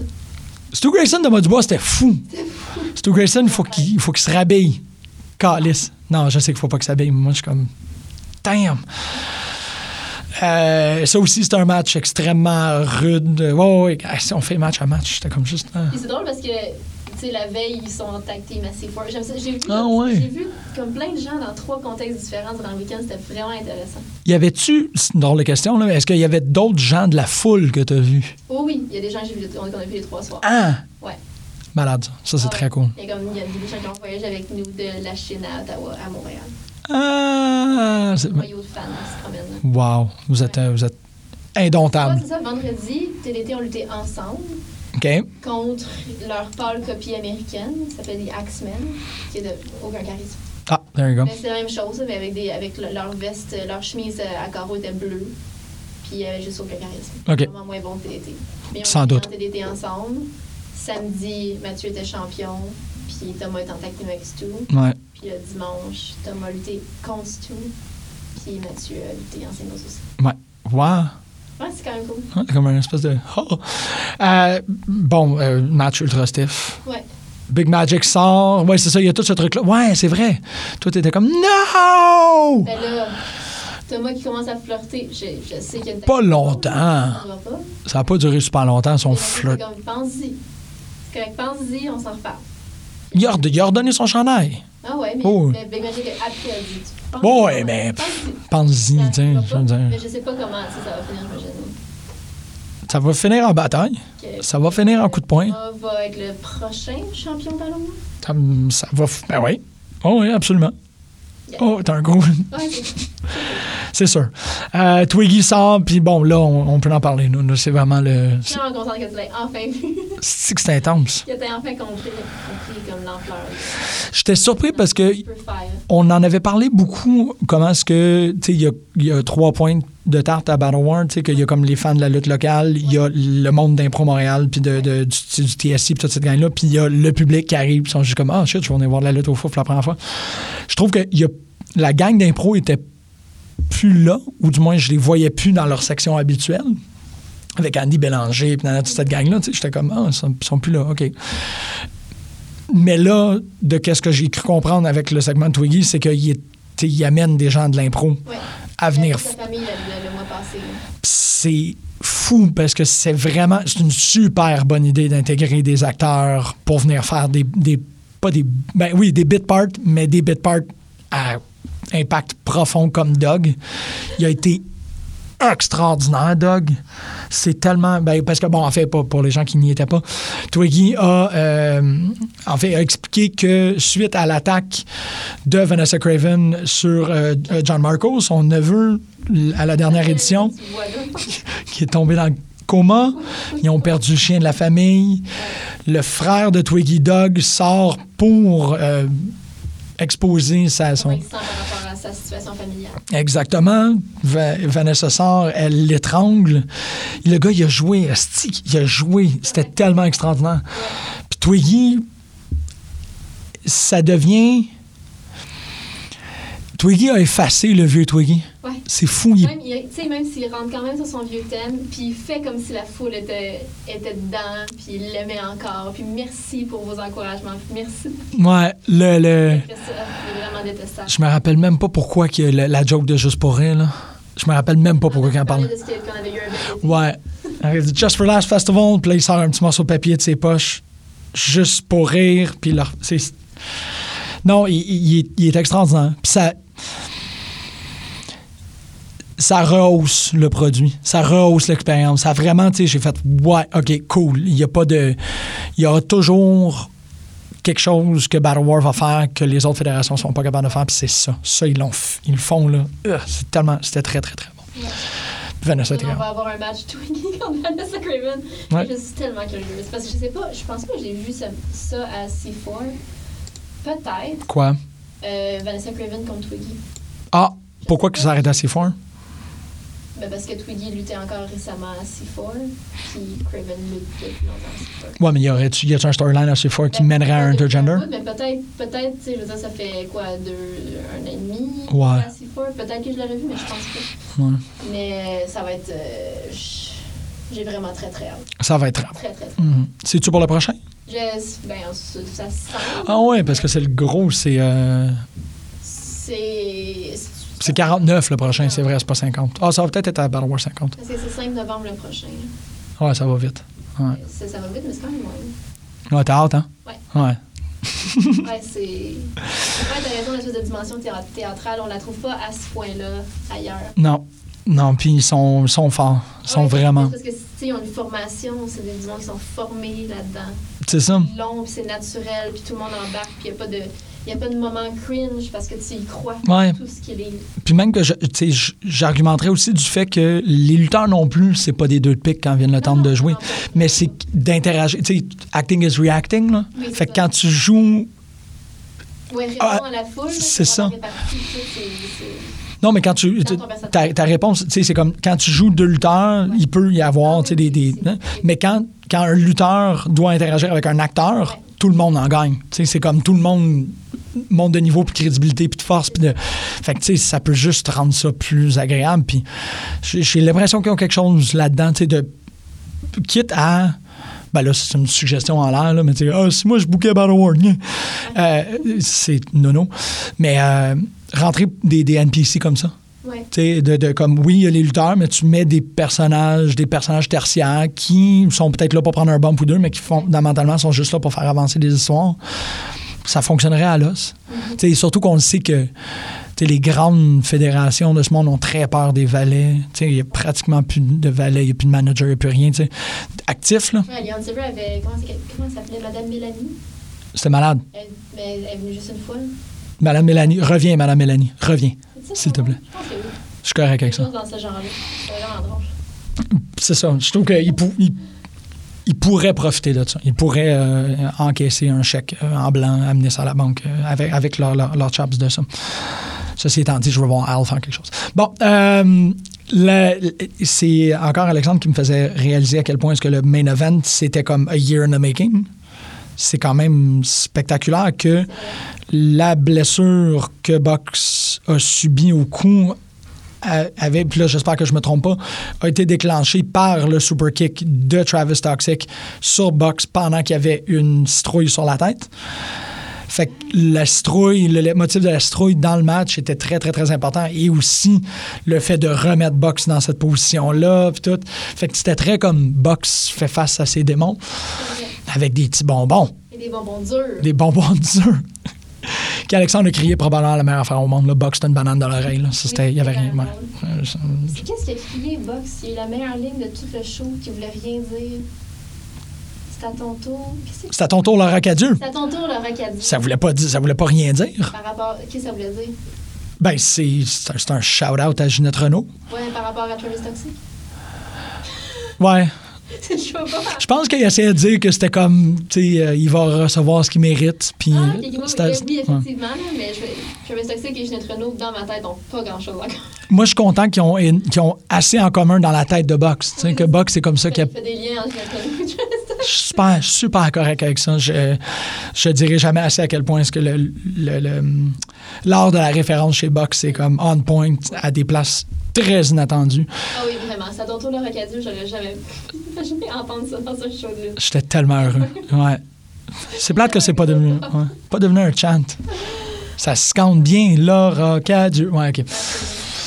[SPEAKER 3] Stu Grayson de Modbois, c'était fou. Stu Grayson, faut qu'il il faut qu'il se rhabille. Calice. Non, je sais qu'il faut pas qu'il s'habille, mais moi, je suis comme. Damn! Euh, ça aussi, c'est un match extrêmement rude. Ouais, ouais, ouais. Ah, si on fait match à match, c'était comme juste. hein.
[SPEAKER 5] Puis c'est drôle parce que, tu sais, la veille, ils sont en tag team assez forts. J'aime ça. J'ai vu,
[SPEAKER 3] Ah ouais.
[SPEAKER 5] j'ai vu comme plein de gens dans trois contextes différents durant le week-end. C'était vraiment intéressant.
[SPEAKER 3] Y avait-tu, c'est une drôle de question, là, mais est-ce qu'il y avait d'autres gens de la foule que t'as vu?
[SPEAKER 5] Oh oui, il y a des gens que j'ai vu, qu'on a vu les trois soirs.
[SPEAKER 3] Ah!
[SPEAKER 5] Ouais.
[SPEAKER 3] Malade, ça. Ça, c'est
[SPEAKER 5] Ah
[SPEAKER 3] très
[SPEAKER 5] ouais.
[SPEAKER 3] cool.
[SPEAKER 5] Il y a comme il y a des gens qui ont voyagé avec nous de la Chine à Ottawa, à Montréal.
[SPEAKER 3] Ah! c'est-
[SPEAKER 5] Voyons de fans qui se promènent. là.
[SPEAKER 3] Wow, vous êtes, euh, vous êtes
[SPEAKER 5] Ouais,
[SPEAKER 3] indomptable.
[SPEAKER 5] c'est ça, vendredi, TDT ont lutté ensemble
[SPEAKER 3] OK?
[SPEAKER 5] contre leur pâle copie américaine, ça s'appelle les Axemen, qui est de aucun charisme.
[SPEAKER 3] Ah, there you go.
[SPEAKER 5] Mais Ben, c'est la même chose, mais avec, des, avec le- leur veste, leur chemise euh, à carreaux était bleue, puis il y avait juste aucun charisme.
[SPEAKER 3] Ok.
[SPEAKER 5] Vraiment moins bon que TDT. Mais on
[SPEAKER 3] Sans
[SPEAKER 5] était
[SPEAKER 3] doute.
[SPEAKER 5] en TDT ensemble. Samedi, Mathieu était champion, puis Thomas est en tag team avec Stu.
[SPEAKER 3] Ouais.
[SPEAKER 5] Puis le dimanche, Thomas a lutté contre Stu, puis Mathieu a lutté en singles aussi.
[SPEAKER 3] Ouais. Wow!
[SPEAKER 5] Ouais, c'est quand même cool.
[SPEAKER 3] Ouais, Hein, comme un espèce de. Oh. Euh, bon, euh, match ultra stiff.
[SPEAKER 5] Ouais.
[SPEAKER 3] Big Magic sort. Ouais, c'est ça, il y a tout ce truc-là. Ouais, c'est vrai. Toi, t'étais comme No!
[SPEAKER 5] Ben là, Thomas qui commence à flirter, je, je sais qu'il y a une
[SPEAKER 3] Pas longtemps.
[SPEAKER 5] On va pas.
[SPEAKER 3] Ça n'a pas duré super longtemps, son
[SPEAKER 5] Mais
[SPEAKER 3] flirt.
[SPEAKER 5] c'est comme, Pense-y. C'est correct, pense-y, on s'en reparle.
[SPEAKER 3] Il a, red- il a redonné son chandail.
[SPEAKER 5] Ah ouais, mais,
[SPEAKER 3] Oh.
[SPEAKER 5] mais Big Magic a appris à dire. tu penses-
[SPEAKER 3] Ouais, mais
[SPEAKER 5] pense-y.
[SPEAKER 3] pense-y,
[SPEAKER 5] Ça
[SPEAKER 3] tu sais,
[SPEAKER 5] arrivera
[SPEAKER 3] je veux
[SPEAKER 5] pas,
[SPEAKER 3] dire.
[SPEAKER 5] Mais je sais pas comment ça, ça va finir, j'imagine.
[SPEAKER 3] Ça va finir en bataille.
[SPEAKER 5] Que-
[SPEAKER 3] Ça va finir en coup de poing.
[SPEAKER 5] Thomas va être le prochain champion ballon.
[SPEAKER 3] Ça, ça va. f- Ben oui. Oh, oui, absolument.
[SPEAKER 5] Yeah.
[SPEAKER 3] Oh, t'es un gros.
[SPEAKER 5] Ouais, c'est-
[SPEAKER 3] C'est sûr. Euh, Twiggy sort, puis bon, là, on, on peut en parler. Nous, nous, c'est vraiment le.
[SPEAKER 5] je suis vraiment contente que tu l'aies enfin [laughs] vu.
[SPEAKER 3] C'est que c'est intense.
[SPEAKER 5] que t'aies enfin compris, compris comme l'ampleur.
[SPEAKER 3] J'étais surpris parce que
[SPEAKER 5] Tu peux faire. hein.
[SPEAKER 3] on en avait parlé beaucoup, comment est-ce que, tu sais, il y a, il y a trois points de tarte à Battle War, tu sais, qu'il y a comme les fans de la lutte locale, il y a le monde d'Impro Montréal, puis de, de- du, tu sais, du TSC, puis toute cette gang-là, puis il y a le public qui arrive, puis ils sont juste comme, ah shit, je vais venir voir de la lutte au fouf la première fois. Je trouve que il y a, la gang d'impro était plus là, ou du moins, je les voyais plus dans leur section habituelle. Avec Andy Bélanger, puis nanana, toute cette gang-là, tu sais, j'étais comme, ah, ils sont, ils sont plus là, OK. Mais là, de qu'est-ce que j'ai cru comprendre avec le segment de Twiggy, c'est qu'il est- tu sais, il amène des gens de l'impro
[SPEAKER 5] Ouais.
[SPEAKER 3] à venir.
[SPEAKER 5] Avec Sa famille le, le- le mois passé. là.
[SPEAKER 3] Pis C'est fou parce que c'est vraiment c'est une super bonne idée d'intégrer des acteurs pour venir faire des, des pas des ben oui des bit parts mais des bit parts à impact profond comme Doug. Il a été extraordinaire, Doug. C'est tellement. ben, parce que, bon, en fait, pas pour les gens qui n'y étaient pas, Twiggy a, euh, en fait, a expliqué que suite à l'attaque de Vanessa Craven sur euh, euh, John Marco, son neveu, l- à la dernière édition,
[SPEAKER 5] Tu vois, là.
[SPEAKER 3] [laughs] qui est tombé dans le coma. Ils ont perdu le chien de la famille. Le frère de Twiggy Dog sort pour euh, exposer sa,
[SPEAKER 5] Comment
[SPEAKER 3] son,
[SPEAKER 5] il se sent par rapport à sa situation familiale.
[SPEAKER 3] Exactement. Va- Vanessa sort, elle l'étrangle. Le gars, il a joué, esti, il a joué. C'était tellement extraordinaire. Puis Twiggy, ça devient. Twiggy a effacé le vieux Twiggy.
[SPEAKER 5] Ouais.
[SPEAKER 3] C'est fou. il-
[SPEAKER 5] Même, il- tu sais, même s'il rentre quand même sur son vieux thème, puis il fait comme si la foule était, était dedans, puis il l'aimait encore, puis merci pour vos encouragements, puis merci.
[SPEAKER 3] Ouais, le, le-
[SPEAKER 5] Après ça, il est vraiment détestable.
[SPEAKER 3] Je me rappelle même pas pourquoi qu'il y a le- la joke de Juste pour rien, là. Je me rappelle même pas pourquoi
[SPEAKER 5] On
[SPEAKER 3] il en
[SPEAKER 5] parlait
[SPEAKER 3] parle.
[SPEAKER 5] de ce qu'il- qu'on avait eu un bel été.
[SPEAKER 3] Ouais. Arrête de dire, Just for Last Festival, puis là, il sort un petit morceau de papier de ses poches, juste pour rire, puis là, c'est- Non, il, il- il est, il est extraordinaire. Puis ça. ça rehausse le produit, ça rehausse l'expérience. Ça vraiment, tu sais, j'ai fait ouais, ok, cool. Il y a pas de, il y aura toujours quelque chose que Battle War va faire que les autres fédérations sont pas capables de faire, puis c'est ça. Ça ils l'ont, f- ils le font là. Euh, C'est tellement, c'était très très très bon. Puis Vanessa était
[SPEAKER 5] on
[SPEAKER 3] comme,
[SPEAKER 5] va avoir un match [laughs] Twiggy contre Vanessa Craven.
[SPEAKER 3] Ouais.
[SPEAKER 5] Je suis tellement curieuse. Parce que je sais pas, je pense pas que j'ai vu ça, ça à C4. Peut-être
[SPEAKER 3] quoi
[SPEAKER 5] euh, Vanessa Craven contre Twiggy.
[SPEAKER 3] Ah, pourquoi que ça arrête assez fort
[SPEAKER 5] Ben parce que Twiggy luttait encore récemment à C4, puis Craven lutte depuis longtemps à C4.
[SPEAKER 3] Ouais, mais y aurait-tu y a un storyline assez fort qui mènerait à un intergender
[SPEAKER 5] Mais peut-être, peut-être, tu sais, je veux dire, ça fait quoi, deux, un an et demi
[SPEAKER 3] Ouais.
[SPEAKER 5] à C4. Peut-être que je l'aurais vu, mais je pense pas.
[SPEAKER 3] Ouais.
[SPEAKER 5] Mais ça va être. euh, j- j'ai vraiment très très hâte.
[SPEAKER 3] Ça va être rare.
[SPEAKER 5] Très très très
[SPEAKER 3] Mhm. C'est-tu pour le prochain
[SPEAKER 5] Je, ben, ça, ça se sent.
[SPEAKER 3] Ah ouais, parce que c'est le gros, c'est euh,
[SPEAKER 5] C'est.
[SPEAKER 3] c'est 49 le prochain, c'est vrai, c'est pas 50. Ah, ça va peut-être être à Battle War 50.
[SPEAKER 5] Parce que c'est 5 novembre le prochain.
[SPEAKER 3] Ouais, ça va vite. Ouais.
[SPEAKER 5] Ça, ça va vite, mais c'est quand même
[SPEAKER 3] [laughs]
[SPEAKER 5] loin.
[SPEAKER 3] Ouais, t'as hâte, hein
[SPEAKER 5] Ouais.
[SPEAKER 3] Ouais.
[SPEAKER 5] Ouais, c'est. Ouais, t'as raison, l'espèce de dimension théâ- théâtrale, on la trouve pas à ce point-là ailleurs.
[SPEAKER 3] Non. Non, puis ils sont, ils sont forts. Ils sont
[SPEAKER 5] Ouais,
[SPEAKER 3] vraiment.
[SPEAKER 5] Parce que, tu sais, ils ont une formation, c'est des gens qui sont formés là-dedans.
[SPEAKER 3] C'est ça.
[SPEAKER 5] Long, puis c'est naturel, puis tout le monde embarque, puis il n'y a pas de. Il a pas de moment cringe parce que tu sais, ils croient
[SPEAKER 3] Ouais.
[SPEAKER 5] tout ce qu'il est.
[SPEAKER 3] Puis même que je- tu sais, j- j'argumenterais aussi du fait que les lutteurs non plus, c'est pas des deux de pique quand viennent le temps
[SPEAKER 5] non,
[SPEAKER 3] de
[SPEAKER 5] non,
[SPEAKER 3] jouer.
[SPEAKER 5] non, non.
[SPEAKER 3] Mais c'est d'interagir. Tu sais, acting is reacting, là.
[SPEAKER 5] Oui, c'est
[SPEAKER 3] fait que
[SPEAKER 5] ça.
[SPEAKER 3] quand tu joues
[SPEAKER 5] Ouais, répond
[SPEAKER 3] Ah,
[SPEAKER 5] à la foule. là,
[SPEAKER 3] c'est
[SPEAKER 5] pour la
[SPEAKER 3] ça.
[SPEAKER 5] répartie, tu sais, c'est- c'est-
[SPEAKER 3] Non, mais quand tu.
[SPEAKER 5] Quand on passe à
[SPEAKER 3] Ta,
[SPEAKER 5] travers.
[SPEAKER 3] ta réponse, tu sais, c'est comme quand tu joues deux lutteurs, il peut y avoir, tu sais, des. des-
[SPEAKER 5] C'est-
[SPEAKER 3] hein? Mais quand, quand un lutteur doit interagir avec un acteur,
[SPEAKER 5] Ouais.
[SPEAKER 3] tout le monde en gagne. Tu sais, c'est comme tout le monde monte de niveau, puis de crédibilité, puis de force, puis de. Fait que, tu sais, ça peut juste rendre ça plus agréable. Puis j'ai j'ai l'impression qu'ils ont quelque chose là-dedans, tu sais, de. Quitte à. Ben là, c'est une suggestion en l'air, là, mais tu sais, Ah, si moi je bouquais Battle War, gna. Euh, c'est nono. Mais euh, rentrer des, des NPC comme ça.
[SPEAKER 5] Ouais.
[SPEAKER 3] Tu sais, de, de- comme oui, il y a les lutteurs, mais tu mets des personnages, des personnages tertiaires qui sont peut-être là pour prendre un bump ou deux, mais qui fondamentalement sont juste là pour faire avancer des histoires. Ça fonctionnerait à l'os. Tu sais, Surtout qu'on le sait que tu sais, les grandes fédérations de ce monde ont très peur des valets. Tu sais, Il n'y a pratiquement plus de valets, il n'y a plus de manager, il n'y a plus rien. tu sais. Actif, là,
[SPEAKER 5] Ouais, Leon Silver avait. Comment, c'est- comment ça s'appelait Madame Mélanie
[SPEAKER 3] c'était malade.
[SPEAKER 5] elle, mais elle est venue juste une fois. là.
[SPEAKER 3] Madame Mélanie, reviens, Madame Mélanie, reviens.
[SPEAKER 5] C'est ça,
[SPEAKER 3] S'il te
[SPEAKER 5] son nom?
[SPEAKER 3] plaît.
[SPEAKER 5] Je pense que oui.
[SPEAKER 3] Je suis correct avec
[SPEAKER 5] Quelque
[SPEAKER 3] ça.
[SPEAKER 5] chose dans ce genre-là. C'est vraiment drôle.
[SPEAKER 3] C'est ça. Je trouve qu'il pou- il- il pourrait profiter de ça. Il pourrait euh, encaisser un chèque euh, en blanc, amener ça à la banque euh, avec, avec leur, leur, leur chaps de ça. Ceci étant dit, je veux voir Al faire quelque chose. Bon, euh, le- le- c'est encore Alexandre qui me faisait réaliser à quel point est-ce que le main event, c'était comme a year in the making. C'est quand même spectaculaire que la blessure que Box a subie au cou a- avait, puis là j'espère que je me trompe pas, a été déclenchée par le super kick de Travis Toxic sur Box pendant qu'il y avait une citrouille sur la tête. Fait que la citrouille, le, le motif de la citrouille dans le match était très, très, très important. Et aussi le fait de remettre Box dans cette position-là, puis tout. Fait que c'était très comme Box fait face à ses démons avec des petits bonbons
[SPEAKER 5] Et des bonbons durs.
[SPEAKER 3] des bonbons durs. [laughs] Qu'Alexandre a crié probablement la meilleure affaire au monde, le box, c'était une banane dans l'oreille. là. Ça, c'était- Il n'y avait rien.
[SPEAKER 5] Oui,
[SPEAKER 3] ouais.
[SPEAKER 5] c'est
[SPEAKER 3] Euh, ça-
[SPEAKER 5] C'est- Qu'est-ce qu'il a crié, Box Il y a eu la meilleure ligne de tout le show qui voulait rien dire. C'est à ton tour. Qu'est-ce que c'est?
[SPEAKER 3] C'est à ton tour, Laura Cadieux.
[SPEAKER 5] C'est à ton tour, Laura qui a dit.
[SPEAKER 3] Ça voulait pas dire, ça voulait pas rien dire.
[SPEAKER 5] Par rapport. Qu'est-ce que ça voulait dire
[SPEAKER 3] Ben, c'est c'est un, c'est un shout-out à Ginette Renault.
[SPEAKER 5] Ouais, par rapport à Travis Toxic.
[SPEAKER 3] Ouais.
[SPEAKER 5] [laughs] Je vois pas. Ah,
[SPEAKER 3] Je pense qu'il essayait de dire que c'était comme, tu sais, euh, il va recevoir ce qu'il mérite. Puis,
[SPEAKER 5] Ah, ok, ok,
[SPEAKER 3] c'était-
[SPEAKER 5] oui, oui,
[SPEAKER 3] ouais.
[SPEAKER 5] effectivement, là, mais je, Travis Toxic et Ginette Renault, dans ma tête, ont pas grand-chose encore.
[SPEAKER 3] Moi, je suis content qu'ils ont, qu'ils ont assez en commun dans la tête de Box. Tu sais, que Box, c'est comme ça qu'il a
[SPEAKER 5] Il fait des liens entre Ginette Renault et Travis Toxic.
[SPEAKER 3] Je suis super, super correct avec ça. Je ne dirai jamais assez à quel point est-ce que le, le- le- l'art de la référence chez Box est comme on point à des places très inattendues.
[SPEAKER 5] Ah oui, vraiment. C'est à ton tour, Laura qui a dit, j'aurais jamais [laughs] imaginé entendre ça dans un show de [laughs] lutte.
[SPEAKER 3] J'étais tellement heureux. Ouais. C'est plate que c'est pas devenu, ouais. pas devenu un chant. Ça se compte bien, Laura Cadieux. Ouais, OK.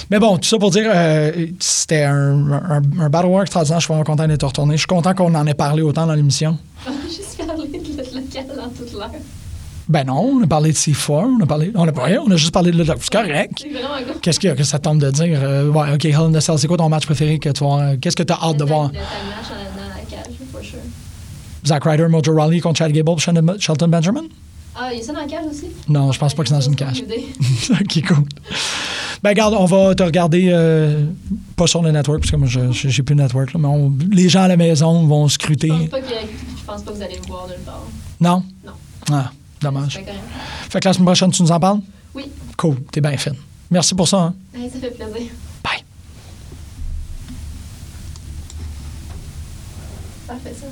[SPEAKER 3] Mais bon, tout ça pour dire, euh, c'était un, un, un battle work extraordinaire. Je suis vraiment content d'être retourné. Je suis content qu'on en ait parlé autant dans l'émission.
[SPEAKER 5] On a juste parlé de lutte locale dans toute l'heure.
[SPEAKER 3] Ben non, on a parlé de C4, on a parlé. On a, pas- on a juste parlé de Lutte. C'est correct.
[SPEAKER 5] C'est vraiment cool.
[SPEAKER 3] Qu'est-ce qu'il y a que ça tombe de dire? Euh, ouais, OK, Hell in a Cell, c'est quoi ton match préféré que tu vas. Qu'est-ce que tu as hâte de voir?
[SPEAKER 5] Le tag match en- dans la cage, for sure.
[SPEAKER 3] Zack Ryder, Mojo Rawley contre Chad Gable, Shannon- Shelton Benjamin?
[SPEAKER 5] Ah, il y a ça dans la cage aussi?
[SPEAKER 3] Non, je pense pas que c'est dans une cage. [laughs]
[SPEAKER 5] Idée.
[SPEAKER 3] OK, cool. Ben, garde, on va te regarder, euh, pas sur le network, parce que moi, je- je- j'ai plus de network, là, mais on- les gens à la maison vont
[SPEAKER 5] Je
[SPEAKER 3] scruter.
[SPEAKER 5] pense pas que je pense pas que vous allez me voir nulle part.
[SPEAKER 3] Non?
[SPEAKER 5] Non.
[SPEAKER 3] Ah, dommage.
[SPEAKER 5] C'est pas correct.
[SPEAKER 3] Fait que la semaine prochaine, tu nous en parles?
[SPEAKER 5] Oui,
[SPEAKER 3] Cool, t'es bien fine. Merci pour ça, hein.
[SPEAKER 5] Hey, ça fait plaisir.
[SPEAKER 3] Bye.
[SPEAKER 5] Parfait ça.